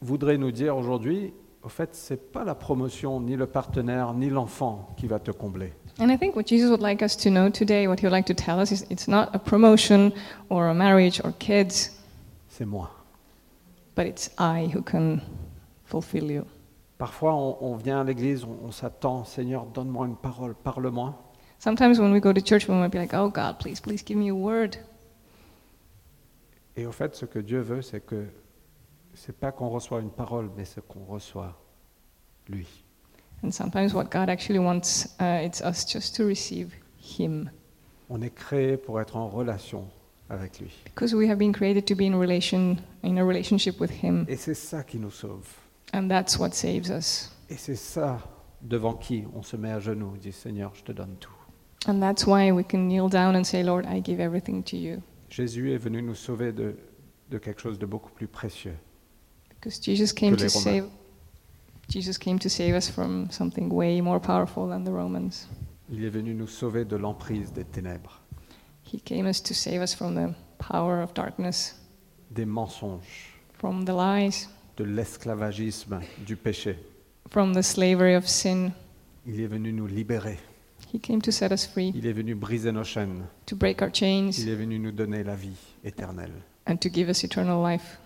Speaker 1: voudrait nous dire aujourd'hui, au fait, ce n'est pas la promotion, ni le partenaire, ni l'enfant qui va te combler.
Speaker 2: And I think what Jesus would like us to know today, what he would like to tell us, is it's not a promotion or a marriage or kids,
Speaker 1: C'est moi.
Speaker 2: but it's I who can fulfill you.
Speaker 1: Parfois, on, on vient à l'église, on, on s'attend, Seigneur, donne-moi une parole, parle-moi.
Speaker 2: Sometimes when we go to church, we might be like, Oh God, please, please give me a word.
Speaker 1: Et au fait, ce que Dieu veut, c'est que c'est pas qu'on reçoit une parole, mais c'est qu'on reçoit lui.
Speaker 2: And sometimes what God actually wants, uh, it's us just to receive him.
Speaker 1: On est créé pour être en relation avec lui.
Speaker 2: Because we have been created to be in relation in a relationship with him.
Speaker 1: Et c'est ça qui nous sauve.
Speaker 2: And that's what saves us.
Speaker 1: Et c'est ça devant qui on se met à genoux, on dit Seigneur, je te donne tout.
Speaker 2: And that's why we can kneel down and say, Lord, I give everything to you.
Speaker 1: Jésus est venu nous sauver de, de quelque chose de beaucoup plus précieux.
Speaker 2: Because Jesus came
Speaker 1: Que les
Speaker 2: to
Speaker 1: Romains.
Speaker 2: save Jesus came to save us from something way more powerful than the Romans.
Speaker 1: Il est venu nous sauver de l'emprise des ténèbres,
Speaker 2: He came us to save us from the power of darkness,
Speaker 1: des mensonges,
Speaker 2: from the lies,
Speaker 1: de l'esclavagisme, du péché.
Speaker 2: from the slavery of sin.
Speaker 1: Il est venu nous libérer.
Speaker 2: He came to set us free,
Speaker 1: Il est venu briser nos chaînes.
Speaker 2: to break our chains,
Speaker 1: Il est venu nous donner la vie éternelle.
Speaker 2: and to give us eternal life.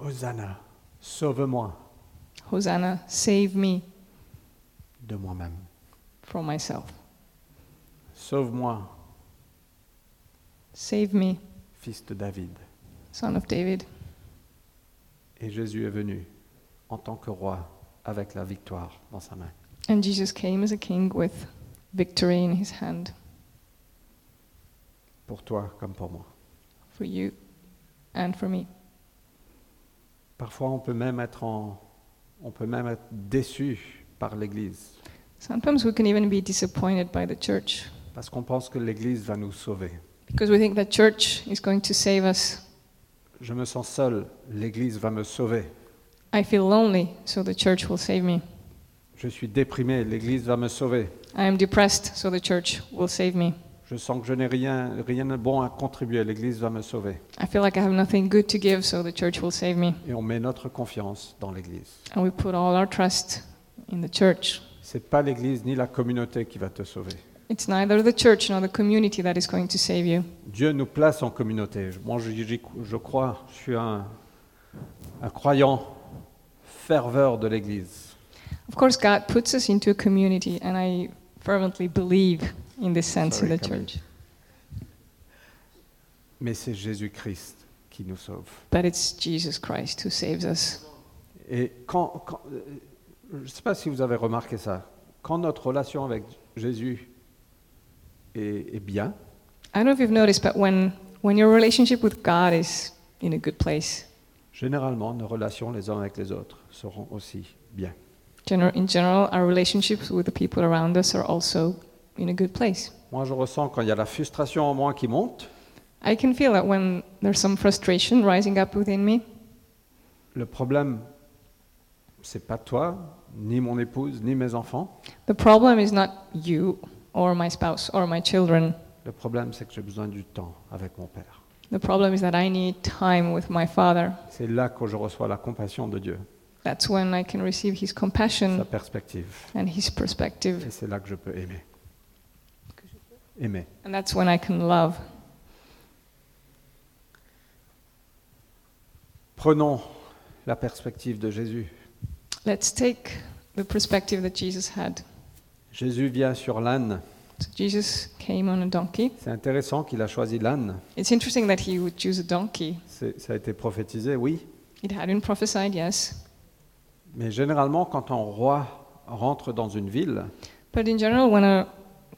Speaker 1: Hosanna, sauve-moi
Speaker 2: Hosanna, save me
Speaker 1: de moi-même.
Speaker 2: from myself.
Speaker 1: Sauve-moi,
Speaker 2: Save me,
Speaker 1: fils de David.
Speaker 2: son of David.
Speaker 1: Et Jésus est venu en tant que roi avec la victoire dans sa main.
Speaker 2: And Jesus came as a king with victory in his hand
Speaker 1: Pour toi comme pour moi.
Speaker 2: for you and for me.
Speaker 1: Parfois, on peut même être, en, on peut même être déçu par l'Église
Speaker 2: Sometimes we can even be disappointed by the church
Speaker 1: parce qu'on pense que l'Église va nous sauver.
Speaker 2: because we think that church is going to save us.
Speaker 1: Je me sens seul, l'Église va me sauver.
Speaker 2: I feel lonely, so the church will save me.
Speaker 1: Je suis déprimé, l'Église va me sauver.
Speaker 2: I am depressed, so the church will save me.
Speaker 1: Je sens que je n'ai rien, rien de bon à contribuer, l'Église va me sauver.
Speaker 2: I feel like I have nothing good to give, so the church will save me.
Speaker 1: Et on met notre confiance dans l'Église.
Speaker 2: And we put all our trust in the church.
Speaker 1: C'est pas l'Église ni la communauté qui va te sauver.
Speaker 2: It's neither the church nor the community that is going to save you.
Speaker 1: Dieu nous place en communauté. Moi, j'y- j'y- je crois, je suis un, un croyant ferveur de l'Église.
Speaker 2: Of course, God puts us into a community, and I fervently believe in this sense in
Speaker 1: Sorry,
Speaker 2: the
Speaker 1: Camille.
Speaker 2: church.
Speaker 1: mais c'est Jésus-Christ qui nous sauve.
Speaker 2: but it's Jesus Christ who saves us.
Speaker 1: Et quand, quand- euh, je ne sais pas si vous avez remarqué ça, quand notre relation avec Jésus est, est bien,
Speaker 2: I don't know if you've noticed, but when, when your relationship with God is in a good place,
Speaker 1: généralement nos relations les uns avec les autres seront aussi bien.
Speaker 2: gener- in general, our relationships with the people around us are also in a good place.
Speaker 1: Moi, je ressens quand il y a la frustration en moi qui monte,
Speaker 2: I can feel that when there's some frustration rising up within me,
Speaker 1: le problème, c'est pas toi, ni mon épouse, ni mes enfants.
Speaker 2: the problem is not you or my spouse or my children.
Speaker 1: Le problème, c'est que j'ai besoin du temps avec mon Père.
Speaker 2: The problem is that I need time with my Father.
Speaker 1: C'est là que je reçois la compassion de Dieu,
Speaker 2: That's when I can receive His
Speaker 1: sa
Speaker 2: compassion
Speaker 1: perspective.
Speaker 2: and His perspective,
Speaker 1: Et c'est là que je peux aimer. Aimer.
Speaker 2: and that's when I can love.
Speaker 1: Prenons la perspective de Jésus.
Speaker 2: Let's take the perspective that Jesus had.
Speaker 1: Jésus vient sur l'âne.
Speaker 2: So Jesus came on a donkey.
Speaker 1: C'est intéressant qu'il a choisi l'âne.
Speaker 2: It's interesting that he would choose a donkey.
Speaker 1: C'est- Ça a été prophétisé, oui.
Speaker 2: It had been prophesied, yes.
Speaker 1: Mais généralement, quand un roi rentre dans une ville,
Speaker 2: But in general, when a,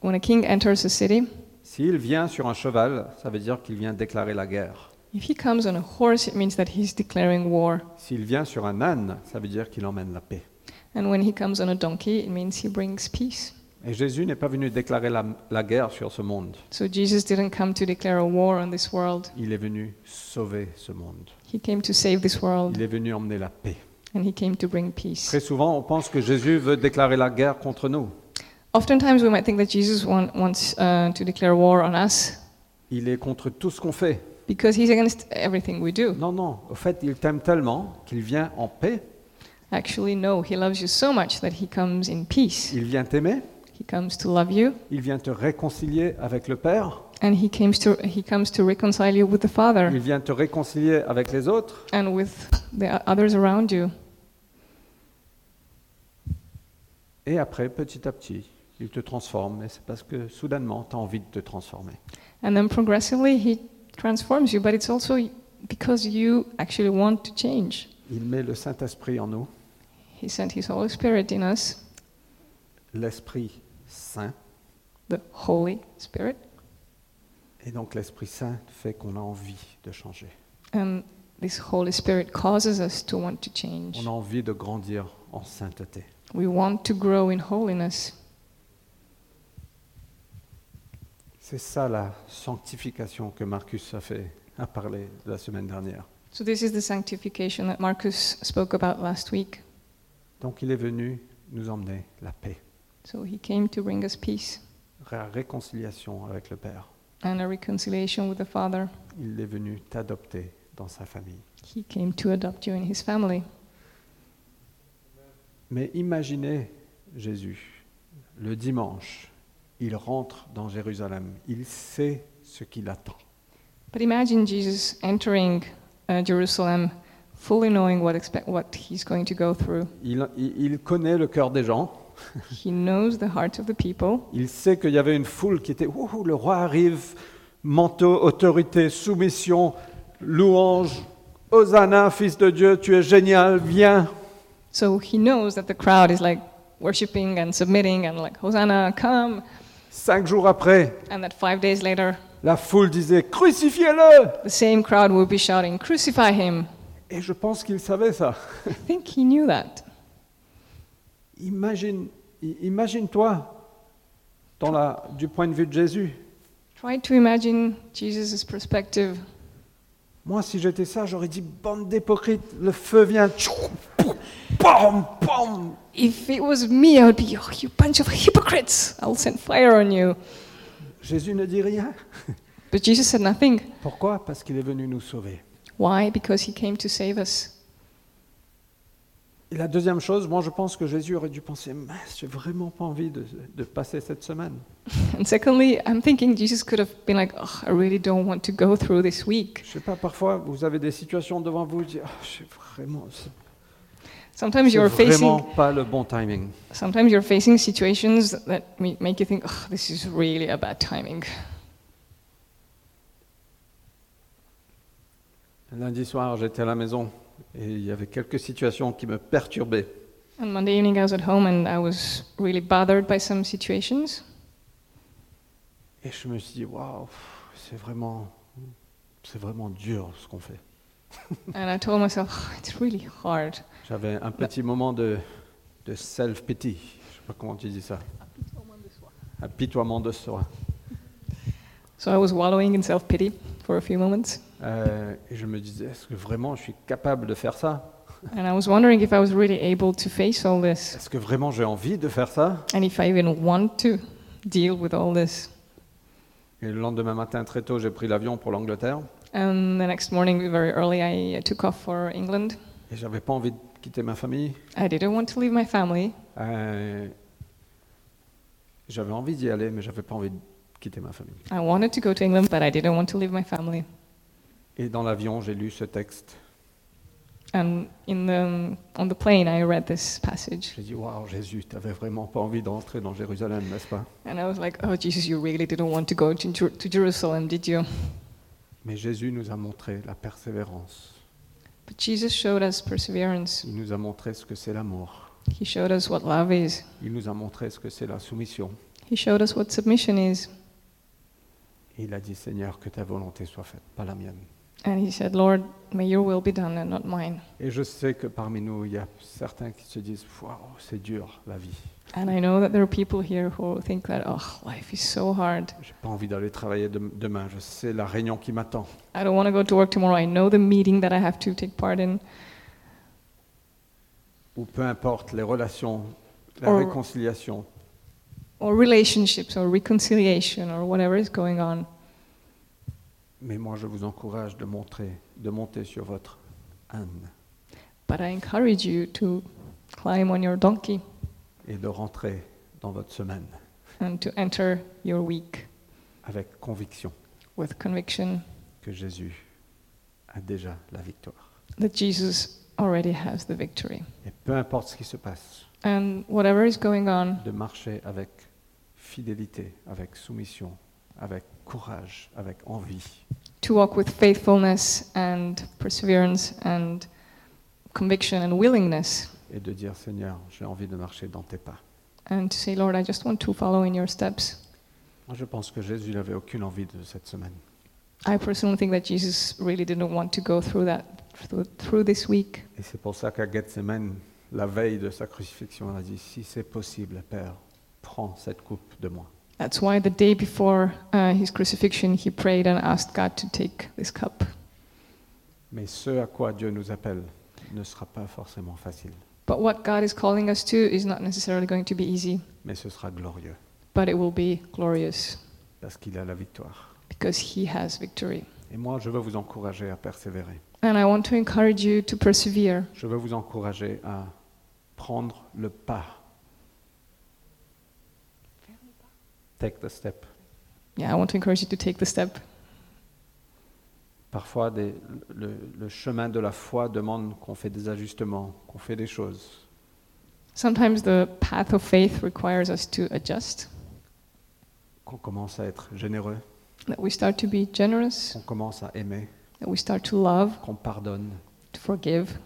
Speaker 2: when a king enters a city,
Speaker 1: s'il vient sur un cheval, ça veut dire qu'il vient déclarer la guerre.
Speaker 2: if he comes on a horse, it means that he's declaring war.
Speaker 1: S'il vient sur un âne, ça veut dire qu'il emmène la paix.
Speaker 2: And when he comes on a donkey, it means he brings peace.
Speaker 1: Et Jésus n'est pas venu déclarer la, la guerre sur ce monde.
Speaker 2: So Jesus didn't come to declare a war on this world,
Speaker 1: Il est venu sauver ce monde.
Speaker 2: he came to save this
Speaker 1: Il
Speaker 2: world,
Speaker 1: est venu emmener la paix.
Speaker 2: and he came to bring peace.
Speaker 1: Très souvent, on pense que Jésus veut déclarer la guerre contre nous.
Speaker 2: Oftentimes, we might think that Jesus want, wants uh, to declare war on us
Speaker 1: Il est contre tout ce qu'on fait.
Speaker 2: because he's against everything we do.
Speaker 1: Non, non. Au fait, il t'aime tellement qu'il vient en paix.
Speaker 2: Actually, no, he loves you so much that he comes in peace.
Speaker 1: Il vient t'aimer.
Speaker 2: He comes to love you,
Speaker 1: Il vient te réconcilier avec le Père.
Speaker 2: and he comes to he comes to reconcile you with the
Speaker 1: Il
Speaker 2: Father
Speaker 1: vient te réconcilier avec les autres.
Speaker 2: and with the others around you.
Speaker 1: Et après, petit à petit, il te transforme. Et c'est parce que soudainement, tu as envie de te transformer.
Speaker 2: And then progressively he transforms you, but it's also because you actually want to change.
Speaker 1: Il met le Saint-Esprit en nous,
Speaker 2: He sent his Holy Spirit in us,
Speaker 1: l'Esprit Saint.
Speaker 2: the Holy Spirit,
Speaker 1: Et donc, l'Esprit Saint fait qu'on a envie de changer.
Speaker 2: and this Holy Spirit causes us to want to change.
Speaker 1: On a envie de grandir en sainteté.
Speaker 2: We want to grow in holiness.
Speaker 1: C'est ça la sanctification que Marcus a fait a parlé la semaine dernière.
Speaker 2: So this is the sanctification that Marcus spoke about last week.
Speaker 1: Donc il est venu nous emmener la paix,
Speaker 2: So he came to bring us peace
Speaker 1: la réconciliation avec le Père.
Speaker 2: and a reconciliation with the Father.
Speaker 1: Il est venu t'adopter dans sa famille.
Speaker 2: He came to adopt you in his family.
Speaker 1: Mais imaginez Jésus, le dimanche, il rentre dans Jérusalem, il sait ce qu'il attend.
Speaker 2: But imagine Jesus entering uh, Jerusalem, fully knowing what, expect, what he's going to go through.
Speaker 1: Il, il- il connaît le cœur des gens,
Speaker 2: he knows the hearts of the people.
Speaker 1: il sait qu'il y avait une foule qui était, Ouh, le roi arrive, manteau, autorité, soumission, louange, Hosanna, fils de Dieu, tu es génial, viens.
Speaker 2: So he knows that the crowd is like worshiping and submitting and like, Hosanna, come.
Speaker 1: Cinq jours après,
Speaker 2: And that five days later,
Speaker 1: La foule disait Crucifiez-le
Speaker 2: the same crowd will be shouting, Crucify him.
Speaker 1: Et je pense qu'il savait ça.
Speaker 2: I think he knew that.
Speaker 1: Imagine, i- imagine-toi dans la- du point de vue de Jésus.
Speaker 2: Try to imagine Jesus' perspective.
Speaker 1: Moi, si j'étais ça, j'aurais dit bande d'hypocrites, le feu vient. Tchou, pou, pom, pom.
Speaker 2: If it was me, I would be, oh, you bunch of hypocrites. I'll send fire on you.
Speaker 1: Jésus ne dit rien.
Speaker 2: But Jesus said nothing.
Speaker 1: Pourquoi Parce qu'il est venu nous sauver.
Speaker 2: Why? Because he came to save us.
Speaker 1: Et la deuxième chose, moi, je pense que Jésus aurait dû penser mince, j'ai vraiment pas envie de, de passer cette semaine.
Speaker 2: And secondly, I'm thinking Jesus could have been like, oh, I really don't want to go through this week.
Speaker 1: Je sais pas, parfois, vous avez des situations devant vous, vous dites, Ah, j'ai vraiment, c'est
Speaker 2: Sometimes you're
Speaker 1: vraiment
Speaker 2: facing
Speaker 1: pas le bon timing.
Speaker 2: sometimes you're facing situations that ma- make you think, oh, this is really a bad timing.
Speaker 1: Lundi soir, j'étais à la maison et il y avait quelques situations qui me perturbaient.
Speaker 2: On Monday evening, I was at home and I was really bothered by some situations.
Speaker 1: Et je me suis dit, waouh, c'est vraiment, c'est vraiment dur ce qu'on fait.
Speaker 2: And I told myself, "Oh, it's really hard.
Speaker 1: J'avais un petit moment de, de self-pity. Je sais pas comment tu dis ça. Apitoiement de soi.
Speaker 2: So I was wallowing in self pity for a few moments.
Speaker 1: Euh, et je me disais, est-ce que vraiment je suis capable de faire ça
Speaker 2: And I was wondering if I was really able to face all this
Speaker 1: Est-ce que vraiment j'ai envie de faire ça
Speaker 2: and if I even want to deal with all this.
Speaker 1: Et le lendemain matin, très tôt, j'ai pris l'avion pour l'Angleterre.
Speaker 2: And Um, the next morning, very early, I uh, took off for England.
Speaker 1: Et j'avais pas envie de quitter ma famille.
Speaker 2: I didn't want to leave my family.
Speaker 1: Euh, j'avais envie d'y aller, mais j'avais pas envie de quitter ma famille.
Speaker 2: I wanted to go to England, but I didn't want to leave my family.
Speaker 1: Et dans l'avion, j'ai lu ce texte.
Speaker 2: And in the, um, on the plane, I read this passage.
Speaker 1: J'ai dit, waouh, Jésus, t'avais vraiment pas envie d'entrer dans Jérusalem, n'est-ce pas
Speaker 2: And I was like, oh, Jesus, you really didn't want to go to, Jer- to Jerusalem, did you?
Speaker 1: Mais Jésus nous a montré la persévérance.
Speaker 2: But Jesus showed us perseverance.
Speaker 1: Il nous a montré ce que c'est l'amour.
Speaker 2: He showed us what love is.
Speaker 1: Il nous a montré ce que c'est la soumission.
Speaker 2: He showed us what submission is.
Speaker 1: Et il a dit, Seigneur, que ta volonté soit faite, pas la mienne.
Speaker 2: And he said, Lord, may your will be done and not mine.
Speaker 1: Et je sais que parmi nous, il y a certains qui se disent, waouh, c'est dur la vie.
Speaker 2: And I know that there are people here who think that, oh, life is so hard.
Speaker 1: J'ai pas envie d'aller travailler dem- demain. Je sais la réunion qui m'attend.
Speaker 2: I don't want to go to work tomorrow. I know the meeting that I have to take part in.
Speaker 1: Ou peu importe les relations, la
Speaker 2: Or-
Speaker 1: réconciliation.
Speaker 2: or relationships or reconciliation or whatever is going on.
Speaker 1: Mais moi, je vous encourage de montrer, de monter sur votre âne
Speaker 2: But I encourage you to climb on your donkey
Speaker 1: et de rentrer dans votre semaine
Speaker 2: and to enter your week
Speaker 1: avec conviction
Speaker 2: with conviction
Speaker 1: que Jésus a déjà la victoire.
Speaker 2: that Jesus already has the victory.
Speaker 1: Et peu importe ce qui se passe,
Speaker 2: And whatever is going on,
Speaker 1: de marcher avec fidélité, avec soumission, avec courage, avec envie,
Speaker 2: to walk with faithfulness and perseverance and conviction and willingness,
Speaker 1: et de dire Seigneur, j'ai envie de marcher dans tes pas.
Speaker 2: and to say, Lord, I just want to follow in your steps.
Speaker 1: Moi, je pense que Jésus n'avait aucune envie de cette semaine.
Speaker 2: I personally think that Jesus really didn't want to go through that, through, through this week.
Speaker 1: Et c'est pour ça qu'à Gethsemane, la veille de sa crucifixion, il a dit, si c'est possible, Père, prends cette coupe de moi.
Speaker 2: That's why the day before uh, his crucifixion, he prayed and asked God to take this cup.
Speaker 1: Mais ce à quoi Dieu nous appelle ne sera pas forcément facile,
Speaker 2: But what God is calling us to is not necessarily going to be easy,
Speaker 1: mais ce sera glorieux,
Speaker 2: but it will be glorious
Speaker 1: parce qu'il a la victoire.
Speaker 2: because he has victory.
Speaker 1: Et moi, je veux vous encourager à persévérer.
Speaker 2: And I want to encourage you to persevere.
Speaker 1: Je veux vous encourager à prendre le pas. Take the step.
Speaker 2: Yeah, I want to encourage you to take the step.
Speaker 1: Parfois, des- le, le chemin de la foi demande qu'on fait des ajustements, qu'on fait des choses.
Speaker 2: Sometimes the path of faith requires us to adjust,
Speaker 1: qu'on commence à être généreux,
Speaker 2: that we start to be generous,
Speaker 1: qu'on commence à aimer,
Speaker 2: that we start to love,
Speaker 1: qu'on pardonne,
Speaker 2: to forgive,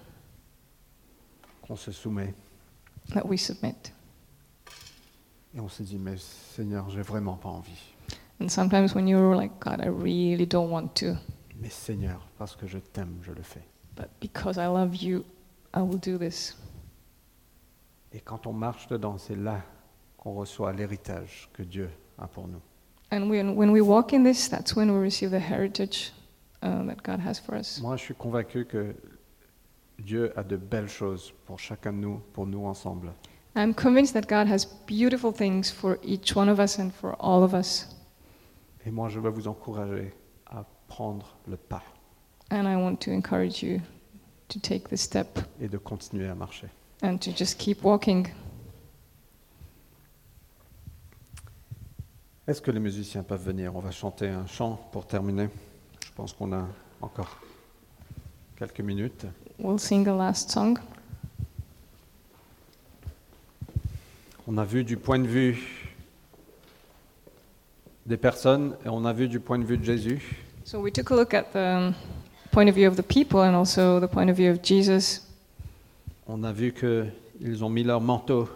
Speaker 1: qu'on se soumet.
Speaker 2: that we submit.
Speaker 1: Et on se dit, mais Seigneur, j'ai vraiment pas envie.
Speaker 2: And sometimes when you're like, God, I really don't want to,
Speaker 1: Mais Seigneur, parce que je t'aime, je le fais.
Speaker 2: but because I love you, I will do this.
Speaker 1: Et quand on marche dedans, c'est là qu'on reçoit l'héritage que Dieu a pour nous.
Speaker 2: And when, when we walk in this, that's when we receive the heritage uh, that God has for us.
Speaker 1: Moi, je suis convaincu que Dieu a de belles choses pour chacun de nous, pour nous ensemble.
Speaker 2: I'm convinced that God has beautiful things for each one of us and for all of us.
Speaker 1: Et moi, je veux vous encourager à prendre le pas
Speaker 2: And I want to encourage you to take this step
Speaker 1: et de continuer à marcher.
Speaker 2: and to just keep walking.
Speaker 1: Est-ce que les musiciens peuvent venir On va chanter un chant pour terminer. Je pense qu'on a encore quelques minutes.
Speaker 2: We'll sing a last song.
Speaker 1: On a vu du point de vue des personnes et on a vu du point de vue de Jésus.
Speaker 2: So we took a look at the um, point of view of the people and also the point of view of Jesus.
Speaker 1: On a vu qu'ils ont mis leur manteau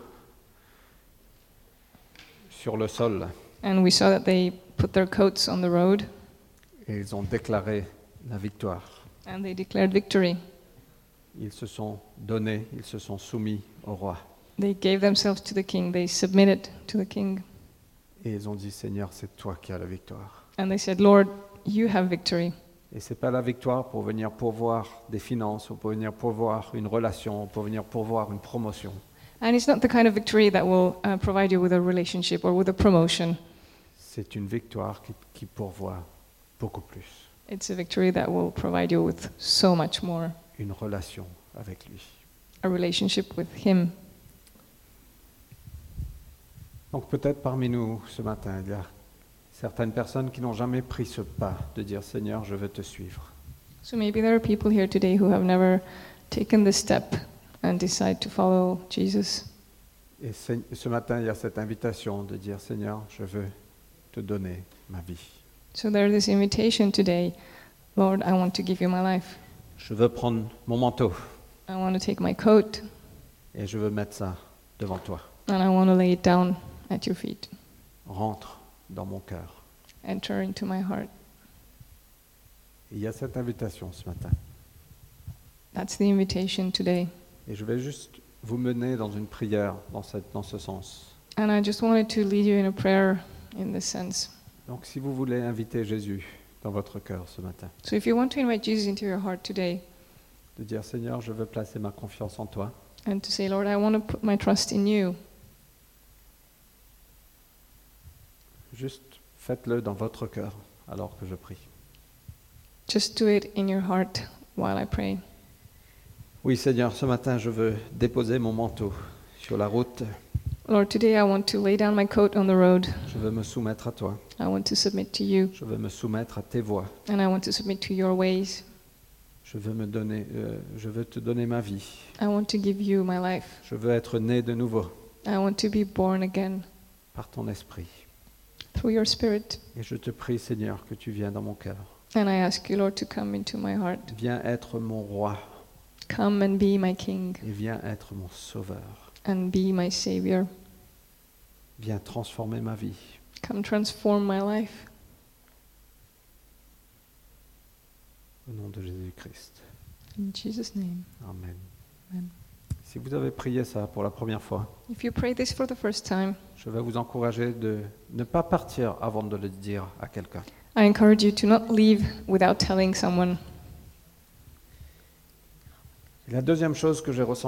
Speaker 1: sur le sol
Speaker 2: And we saw that they put their coats on the road
Speaker 1: et ils ont déclaré la victoire.
Speaker 2: and they declared victory.
Speaker 1: Ils se sont donnés, ils se sont soumis au roi.
Speaker 2: They gave themselves to the king, they submitted to the king,
Speaker 1: Et ils ont dit, Seigneur, c'est toi qui as la victoire.
Speaker 2: and they said, Lord, you have victory.
Speaker 1: Et c'est pas la victoire pour venir pourvoir des finances, ou pour venir pourvoir une relation, ou pour venir pourvoir une promotion.
Speaker 2: And it's not the kind of victory that will uh, provide you with a relationship or with a promotion.
Speaker 1: C'est une victoire qui, qui pourvoit beaucoup plus.
Speaker 2: It's a victory that will provide you with so much more
Speaker 1: Une relation avec lui.
Speaker 2: a relationship with Him.
Speaker 1: Donc peut-être parmi nous ce matin, il y a certaines personnes qui n'ont jamais pris ce pas de dire Seigneur, je veux te suivre.
Speaker 2: So maybe there are people here today who have never taken this step and decide to follow Jesus.
Speaker 1: Et ce ce matin, il y a cette invitation de dire Seigneur, je veux te donner ma vie.
Speaker 2: So there's this invitation today Lord, I want to give you my life.
Speaker 1: Je veux prendre mon manteau
Speaker 2: I want to take my coat
Speaker 1: et je veux mettre ça devant toi.
Speaker 2: and I want to lay it down at your feet.
Speaker 1: Rentre dans mon cœur.
Speaker 2: Enter into my heart.
Speaker 1: Et Il y a cette invitation ce matin.
Speaker 2: That's the invitation today.
Speaker 1: Et je vais juste vous mener dans une prière dans, cette- dans ce sens.
Speaker 2: And I just wanted to lead you in a prayer in this sense.
Speaker 1: Donc si vous voulez inviter Jésus dans votre cœur ce matin,
Speaker 2: So if you want to invite Jesus into your heart today
Speaker 1: de dire Seigneur, je veux placer ma confiance en toi.
Speaker 2: and to say, Lord, I want to put my trust in you,
Speaker 1: Juste faites-le dans votre cœur alors que je prie.
Speaker 2: just do it in your heart while I pray.
Speaker 1: Oui Seigneur, ce matin je veux déposer mon manteau sur la route.
Speaker 2: Lord, today I want to lay down my coat on the road.
Speaker 1: Je veux me soumettre à toi.
Speaker 2: I want to submit to you
Speaker 1: Je veux me soumettre à tes voies.
Speaker 2: and I want to submit to your ways.
Speaker 1: Je veux me donner, euh, je veux te donner ma vie.
Speaker 2: I want to give you my life.
Speaker 1: Je veux être né de nouveau
Speaker 2: I want to be born again
Speaker 1: par ton esprit.
Speaker 2: through your spirit.
Speaker 1: Et je te prie Seigneur que tu viennes dans mon cœur.
Speaker 2: And I ask you, Lord, to come into my heart.
Speaker 1: Viens être mon roi
Speaker 2: Come and be my king
Speaker 1: et viens être mon sauveur.
Speaker 2: and be my savior.
Speaker 1: Viens transformer ma vie.
Speaker 2: Come transform my life.
Speaker 1: Au nom de Jésus-Christ.
Speaker 2: In Jesus' name.
Speaker 1: Amen.
Speaker 2: Amen.
Speaker 1: Si vous avez prié ça pour la première fois,
Speaker 2: If you pray this for the first time,
Speaker 1: je vais vous encourager de ne pas partir avant de le dire à quelqu'un.
Speaker 2: I encourage you to not leave without telling someone
Speaker 1: Et la deuxième chose que j'ai ressentie,